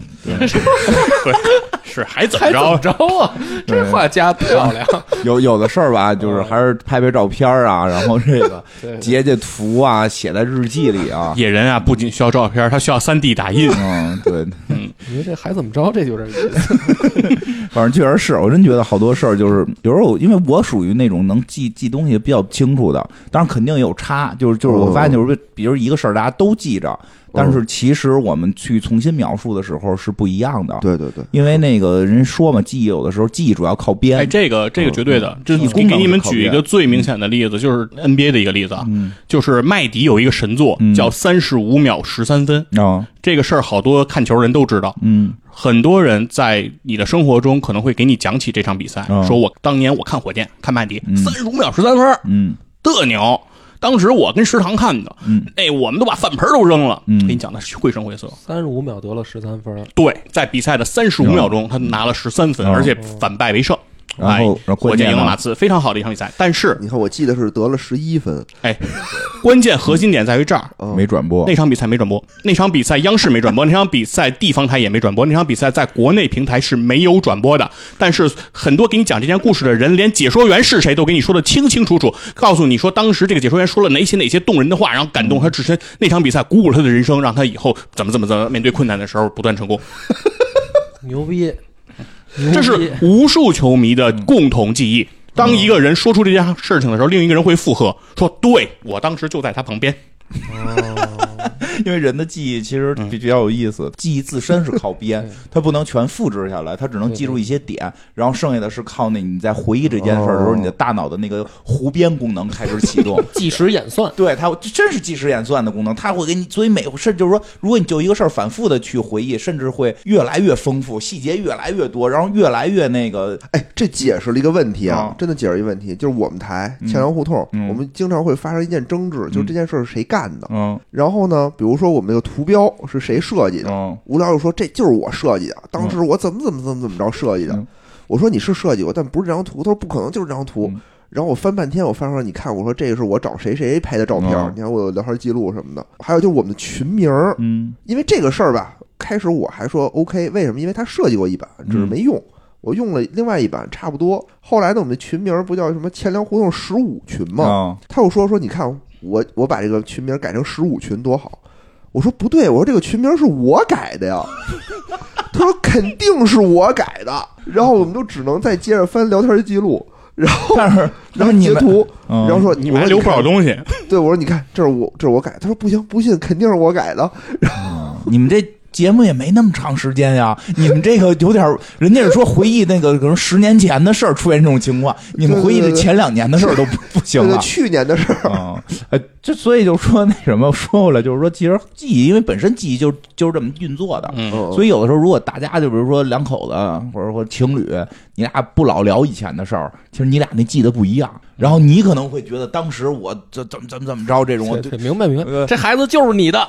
[SPEAKER 3] 是还怎么
[SPEAKER 2] 还怎么
[SPEAKER 3] 着？
[SPEAKER 2] 着啊？这话加漂亮，
[SPEAKER 1] 有有的事儿 吧，
[SPEAKER 4] 嗯
[SPEAKER 1] 就是还是拍拍照片啊，然后这 个
[SPEAKER 2] 对
[SPEAKER 1] 截截图啊，写在日记里 啊。
[SPEAKER 3] 野人啊，不仅需要照片，他需要三 D 打印。
[SPEAKER 1] 嗯，对，
[SPEAKER 2] 你说这还怎么着？这就有点意思。
[SPEAKER 1] 反正确实是我真觉得好多事儿就是，有时候我因为我属于那种能记记东西比较清楚的，当然肯定有差，就是就是
[SPEAKER 3] 嗯
[SPEAKER 1] 我发现就是比如一个事儿大家都记着，但是其实我们去重新描述的时候是不一样的。
[SPEAKER 4] 对对对，
[SPEAKER 1] 因为那个人说嘛，记忆有的时候记忆主要靠编。
[SPEAKER 3] 哎，这个这个绝对的，这
[SPEAKER 1] 嗯
[SPEAKER 3] 我给你们举一个最明显的例子，就是 NBA 的一个例子啊，就是麦迪有一个神作
[SPEAKER 1] 嗯
[SPEAKER 3] 叫三十五秒十三分，
[SPEAKER 1] 啊，
[SPEAKER 3] 这个事儿好多看球人都知道。
[SPEAKER 1] 嗯
[SPEAKER 3] 很多人在你的生活中可能会给你讲起这场比赛，
[SPEAKER 1] 嗯
[SPEAKER 3] 说我当年我看火箭看麦迪
[SPEAKER 1] 嗯
[SPEAKER 3] 三十五秒十三分儿
[SPEAKER 1] 嗯
[SPEAKER 3] 的牛，当时我跟食堂看的，
[SPEAKER 1] 嗯
[SPEAKER 3] 哎，我们都把饭盆儿都扔了。
[SPEAKER 1] 嗯
[SPEAKER 3] 给你讲的是绘声绘色，
[SPEAKER 2] 三十五秒得了十三分，
[SPEAKER 3] 对，在比赛的三
[SPEAKER 1] 嗯
[SPEAKER 3] 十五秒钟，他拿了十三分，
[SPEAKER 1] 哦
[SPEAKER 3] 而且反败为胜。
[SPEAKER 1] 然后
[SPEAKER 3] 哎
[SPEAKER 1] 然后
[SPEAKER 3] 火
[SPEAKER 1] 关
[SPEAKER 3] 箭
[SPEAKER 1] 键
[SPEAKER 3] 赢了
[SPEAKER 1] 呢
[SPEAKER 3] 马刺，非常好的一场比赛。但是，
[SPEAKER 4] 你看我记得是得了十一分，
[SPEAKER 3] 哎，关键核心点在于这儿，
[SPEAKER 4] 嗯
[SPEAKER 1] 没转播
[SPEAKER 3] 那场比赛没转播，那场比赛央视没转播，那场比赛地方台也没转播，那场比赛在国内平台是没有转播的。但是很多给你讲这件故事的人，连解说员是谁都给你说的清清楚楚，告诉你说当时这个解说员说了哪些哪些动人的话，然后感动他至深。那场比赛鼓舞了他的人生，让他以后怎么怎么怎么面对困难的时候不断成功。
[SPEAKER 2] 牛 逼！牛逼
[SPEAKER 3] 这是无数球迷的共同记忆。当一个人说出这件事情的时候，另一个人会附和说：“对我当时就在他旁边。
[SPEAKER 2] 哦
[SPEAKER 1] 因为人的记忆其实比比较有意思，记忆自身是靠编
[SPEAKER 2] 对，
[SPEAKER 1] 它不能全复制下来，它只能
[SPEAKER 2] 对
[SPEAKER 1] 记住一些点，然后剩下的是靠那你在回忆这件事儿的时候，
[SPEAKER 4] 哦
[SPEAKER 1] 你的大脑的那个胡编功能开始启动。
[SPEAKER 2] 计时演 算，
[SPEAKER 1] 对它这真是计时演算的功能，它会给你，所以每甚至就是说，如果你就一个事儿反复的去回忆，甚至会越来越丰富，细节越来越多，然后越来越那个，
[SPEAKER 4] 哎，这解释了一个问题啊
[SPEAKER 1] 啊，
[SPEAKER 4] 真的解释一个问题，就是我们台前摇胡同，
[SPEAKER 1] 嗯
[SPEAKER 4] 我们经常会发生一件争执，就是这件事儿是谁干的。
[SPEAKER 1] 嗯
[SPEAKER 4] 然后呢，比如说我们这个图标是谁设计的，
[SPEAKER 1] 嗯
[SPEAKER 4] 无聊又说这就是我设计的，当时我怎么怎么怎么怎么着设计的。
[SPEAKER 1] 嗯
[SPEAKER 4] 我说你是设计过，但不是这张图。他说不可能，就是这张图。
[SPEAKER 1] 嗯
[SPEAKER 4] 然后我翻半天，我翻出来，你看，我说这个是我找谁谁拍的照片，
[SPEAKER 1] 嗯
[SPEAKER 4] 你看我有聊天记录什么的。还有就是我们的群名儿，
[SPEAKER 1] 嗯
[SPEAKER 4] 因为这个事儿吧，开始我还说 OK，为什么？因为他设计过一版，只是
[SPEAKER 1] 嗯
[SPEAKER 4] 没用。我用了另外一版，差不多。后来呢，我们的群名儿不叫什么“钱粮胡同十五群”吗？
[SPEAKER 1] 嗯
[SPEAKER 4] 他又说说，你看我我把这个群名改成十五群多好。我说不对，我说这个群名是我改的呀。 他说肯定是我改的，然后我们就只能再接着翻聊天记录，然后
[SPEAKER 1] 但是
[SPEAKER 4] 然
[SPEAKER 1] 然
[SPEAKER 4] 后
[SPEAKER 1] 后你
[SPEAKER 4] 截
[SPEAKER 1] 们
[SPEAKER 4] 图，
[SPEAKER 1] 嗯
[SPEAKER 4] 然后说
[SPEAKER 3] 你
[SPEAKER 4] 我
[SPEAKER 3] 们
[SPEAKER 4] 说
[SPEAKER 3] 还留不少
[SPEAKER 4] 看
[SPEAKER 3] 东西，
[SPEAKER 4] 对，我说你看这是我这是我改的，他说不行不信，肯定是我改的。
[SPEAKER 1] 你们这节目也没那么长时间呀，你们这个有点儿，人家是说回忆那个可能十年前的事儿出现这种情况，你们回忆这前两年的事儿都不不行
[SPEAKER 4] 对对，
[SPEAKER 1] 了。
[SPEAKER 4] 去年的事儿，
[SPEAKER 1] 嗯，呃，这所以就说那什么，说回来就是说，其实记忆，因为本身记忆就就是这么运作的，
[SPEAKER 3] 嗯，
[SPEAKER 4] 嗯
[SPEAKER 1] 所以有的时候如果大家就比如说两口子或者说情侣，你俩不老聊以前的事儿，其实你俩那记得不一样，然后你可能会觉得当时我怎怎么怎么怎么着这种，我
[SPEAKER 2] 对对明白明
[SPEAKER 1] 呃
[SPEAKER 2] 白，这孩子就是你的，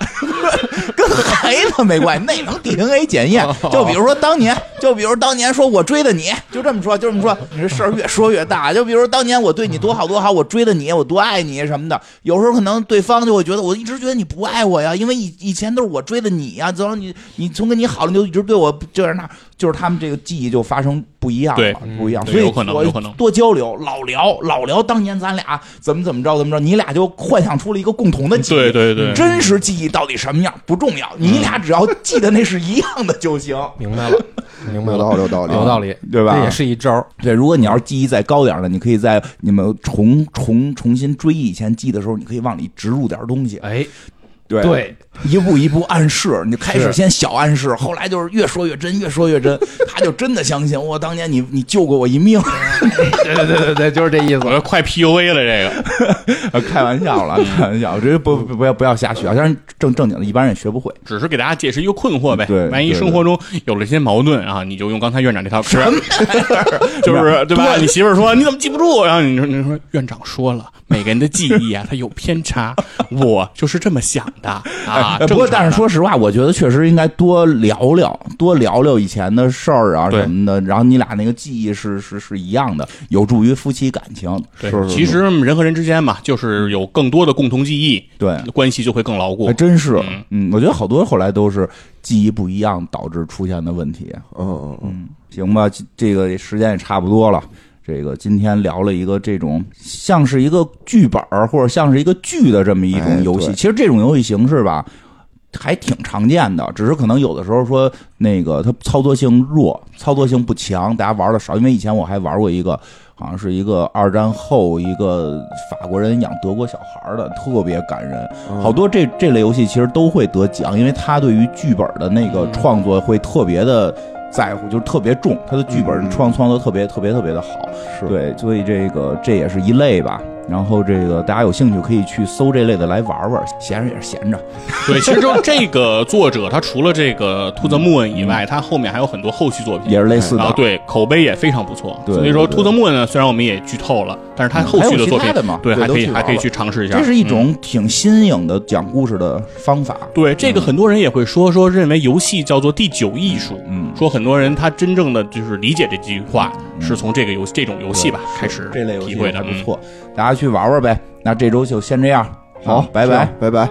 [SPEAKER 1] 跟孩子没关系，那能 DNA 检
[SPEAKER 3] 哦
[SPEAKER 1] 验。就比如说当年，就比如当年说我追的你，就这么说，就这么说，你这事儿越说越大。就比如当年我对你多好多好，我追的你，我多爱你什么的。有时候可能对方就会觉得，我一直觉得你不爱我呀，因为以以前都是我追的你呀，然后你你从跟你好了，你就一直对我这样那样，就是他们这个记忆就发生不一样
[SPEAKER 3] 对嗯
[SPEAKER 1] 了，不一样。
[SPEAKER 3] 对
[SPEAKER 1] 所以
[SPEAKER 3] 有可能
[SPEAKER 1] 我
[SPEAKER 3] 有可能
[SPEAKER 1] 多交流，老聊老聊当年咱俩怎么怎么着怎么着，你俩就幻想出了一个共同的记忆。
[SPEAKER 3] 嗯对对对，
[SPEAKER 1] 真实记忆到底什么样不重要，你俩只要记得那是一样的就行，
[SPEAKER 2] 明白了，明白
[SPEAKER 4] 有
[SPEAKER 2] 了
[SPEAKER 4] 道，理有道理，
[SPEAKER 2] 有道理，
[SPEAKER 1] 对吧
[SPEAKER 2] 这也是一招儿，
[SPEAKER 1] 对，如果你要是记忆再高点儿的，你可以在你们重重重新追忆以前记的时候，你可以往里植入点儿东西，
[SPEAKER 2] 哎，
[SPEAKER 1] 对
[SPEAKER 2] 对，
[SPEAKER 1] 一步一步暗示，你就开始
[SPEAKER 2] 是
[SPEAKER 1] 先小暗示，后来就是越说越真，越说越真， 他就真的相信我当年你你救过我一命，
[SPEAKER 2] 对对对对对，就是这意
[SPEAKER 3] 我
[SPEAKER 2] 思。
[SPEAKER 3] 这快 PUA 了这个，
[SPEAKER 1] 开玩笑了，开玩笑，这不不不要不要瞎学，啊，但是正正经的一般人学不会。
[SPEAKER 3] 只是给大家解释一个困惑呗。
[SPEAKER 1] 对
[SPEAKER 3] 万一
[SPEAKER 1] 对
[SPEAKER 3] 生活中有了一些矛盾啊，你就用刚才院长这套，是就
[SPEAKER 1] 没
[SPEAKER 3] 是对吧？你媳妇儿说你怎么记不住，然后你说你说院长说了，每个人的记忆啊，它有偏差，我就是这么想的啊。
[SPEAKER 1] 呃不过，
[SPEAKER 3] 正常的
[SPEAKER 1] 但是说实话，我觉得确实应该多聊聊，多聊聊以前的事儿啊
[SPEAKER 3] 对
[SPEAKER 1] 什么的。然后你俩那个记忆是是是一样的，有助于夫妻感情。
[SPEAKER 3] 对
[SPEAKER 1] 是是
[SPEAKER 3] 其实人和人之间嘛，就是有更多的共同记忆，
[SPEAKER 1] 对，
[SPEAKER 3] 关系就会更牢固
[SPEAKER 1] 还。真是
[SPEAKER 3] 嗯，
[SPEAKER 1] 嗯，我觉得好多后来都是记忆不一样导致出现的问题。
[SPEAKER 4] 嗯嗯嗯。
[SPEAKER 1] 行吧，这这个时间也差不多了。这个今天聊了一个这种像是一个剧本儿或者像是一个剧的这么一种
[SPEAKER 4] 哎
[SPEAKER 1] 游戏，
[SPEAKER 4] 对
[SPEAKER 1] 其实这种游戏形式吧，还挺常见的，只是可能有的时候说那个它操作性弱，操作性不强，大家玩的少。因为以前我还玩过一个，好像是一个二战后一个法国人养德国小孩儿的，特别感人。
[SPEAKER 4] 嗯
[SPEAKER 1] 好多这这类游戏其实都会得奖，因为他对于剧本的那
[SPEAKER 4] 嗯
[SPEAKER 1] 个创作会特别的在乎，就是特别重，他的剧本
[SPEAKER 4] 嗯
[SPEAKER 1] 创创作特别特别特别的好。
[SPEAKER 4] 是
[SPEAKER 1] 对，所以这个这也是一类吧。然后这个大家有兴趣可以去搜这类的来玩玩，闲着也是闲着。
[SPEAKER 3] 对，其实就这个作者，他除了这个《兔子木恩》以外，他后面还有很多后续作品
[SPEAKER 1] 也。是类似的。嗯
[SPEAKER 3] 然后啊对口碑也非常不错，
[SPEAKER 1] 对
[SPEAKER 3] 所以说《
[SPEAKER 1] 对对嗯
[SPEAKER 3] 兔子木恩》呢，虽然我们也剧透了，但是他后续
[SPEAKER 1] 还有其
[SPEAKER 3] 作
[SPEAKER 1] 他
[SPEAKER 3] 品
[SPEAKER 1] 的嘛
[SPEAKER 3] 对
[SPEAKER 1] 对
[SPEAKER 3] 还
[SPEAKER 1] 都
[SPEAKER 3] 可以
[SPEAKER 1] 去玩
[SPEAKER 3] 还可以
[SPEAKER 1] 了
[SPEAKER 3] 去尝试一下。
[SPEAKER 1] 这是一
[SPEAKER 3] 嗯
[SPEAKER 1] 种挺新颖的讲故事的方法。
[SPEAKER 3] 对这个很多人也会说说认为游戏叫做第九艺术，
[SPEAKER 1] 嗯
[SPEAKER 3] 说很多人他真正的就是理解这句话是从这个游戏这种游戏吧开始
[SPEAKER 1] 这类游戏
[SPEAKER 3] 体会的，
[SPEAKER 1] 还不
[SPEAKER 3] 嗯
[SPEAKER 1] 错，大家去玩玩呗。那这周就先这样，
[SPEAKER 4] 好，
[SPEAKER 1] 拜
[SPEAKER 4] 这
[SPEAKER 1] 拜
[SPEAKER 4] 样。拜拜。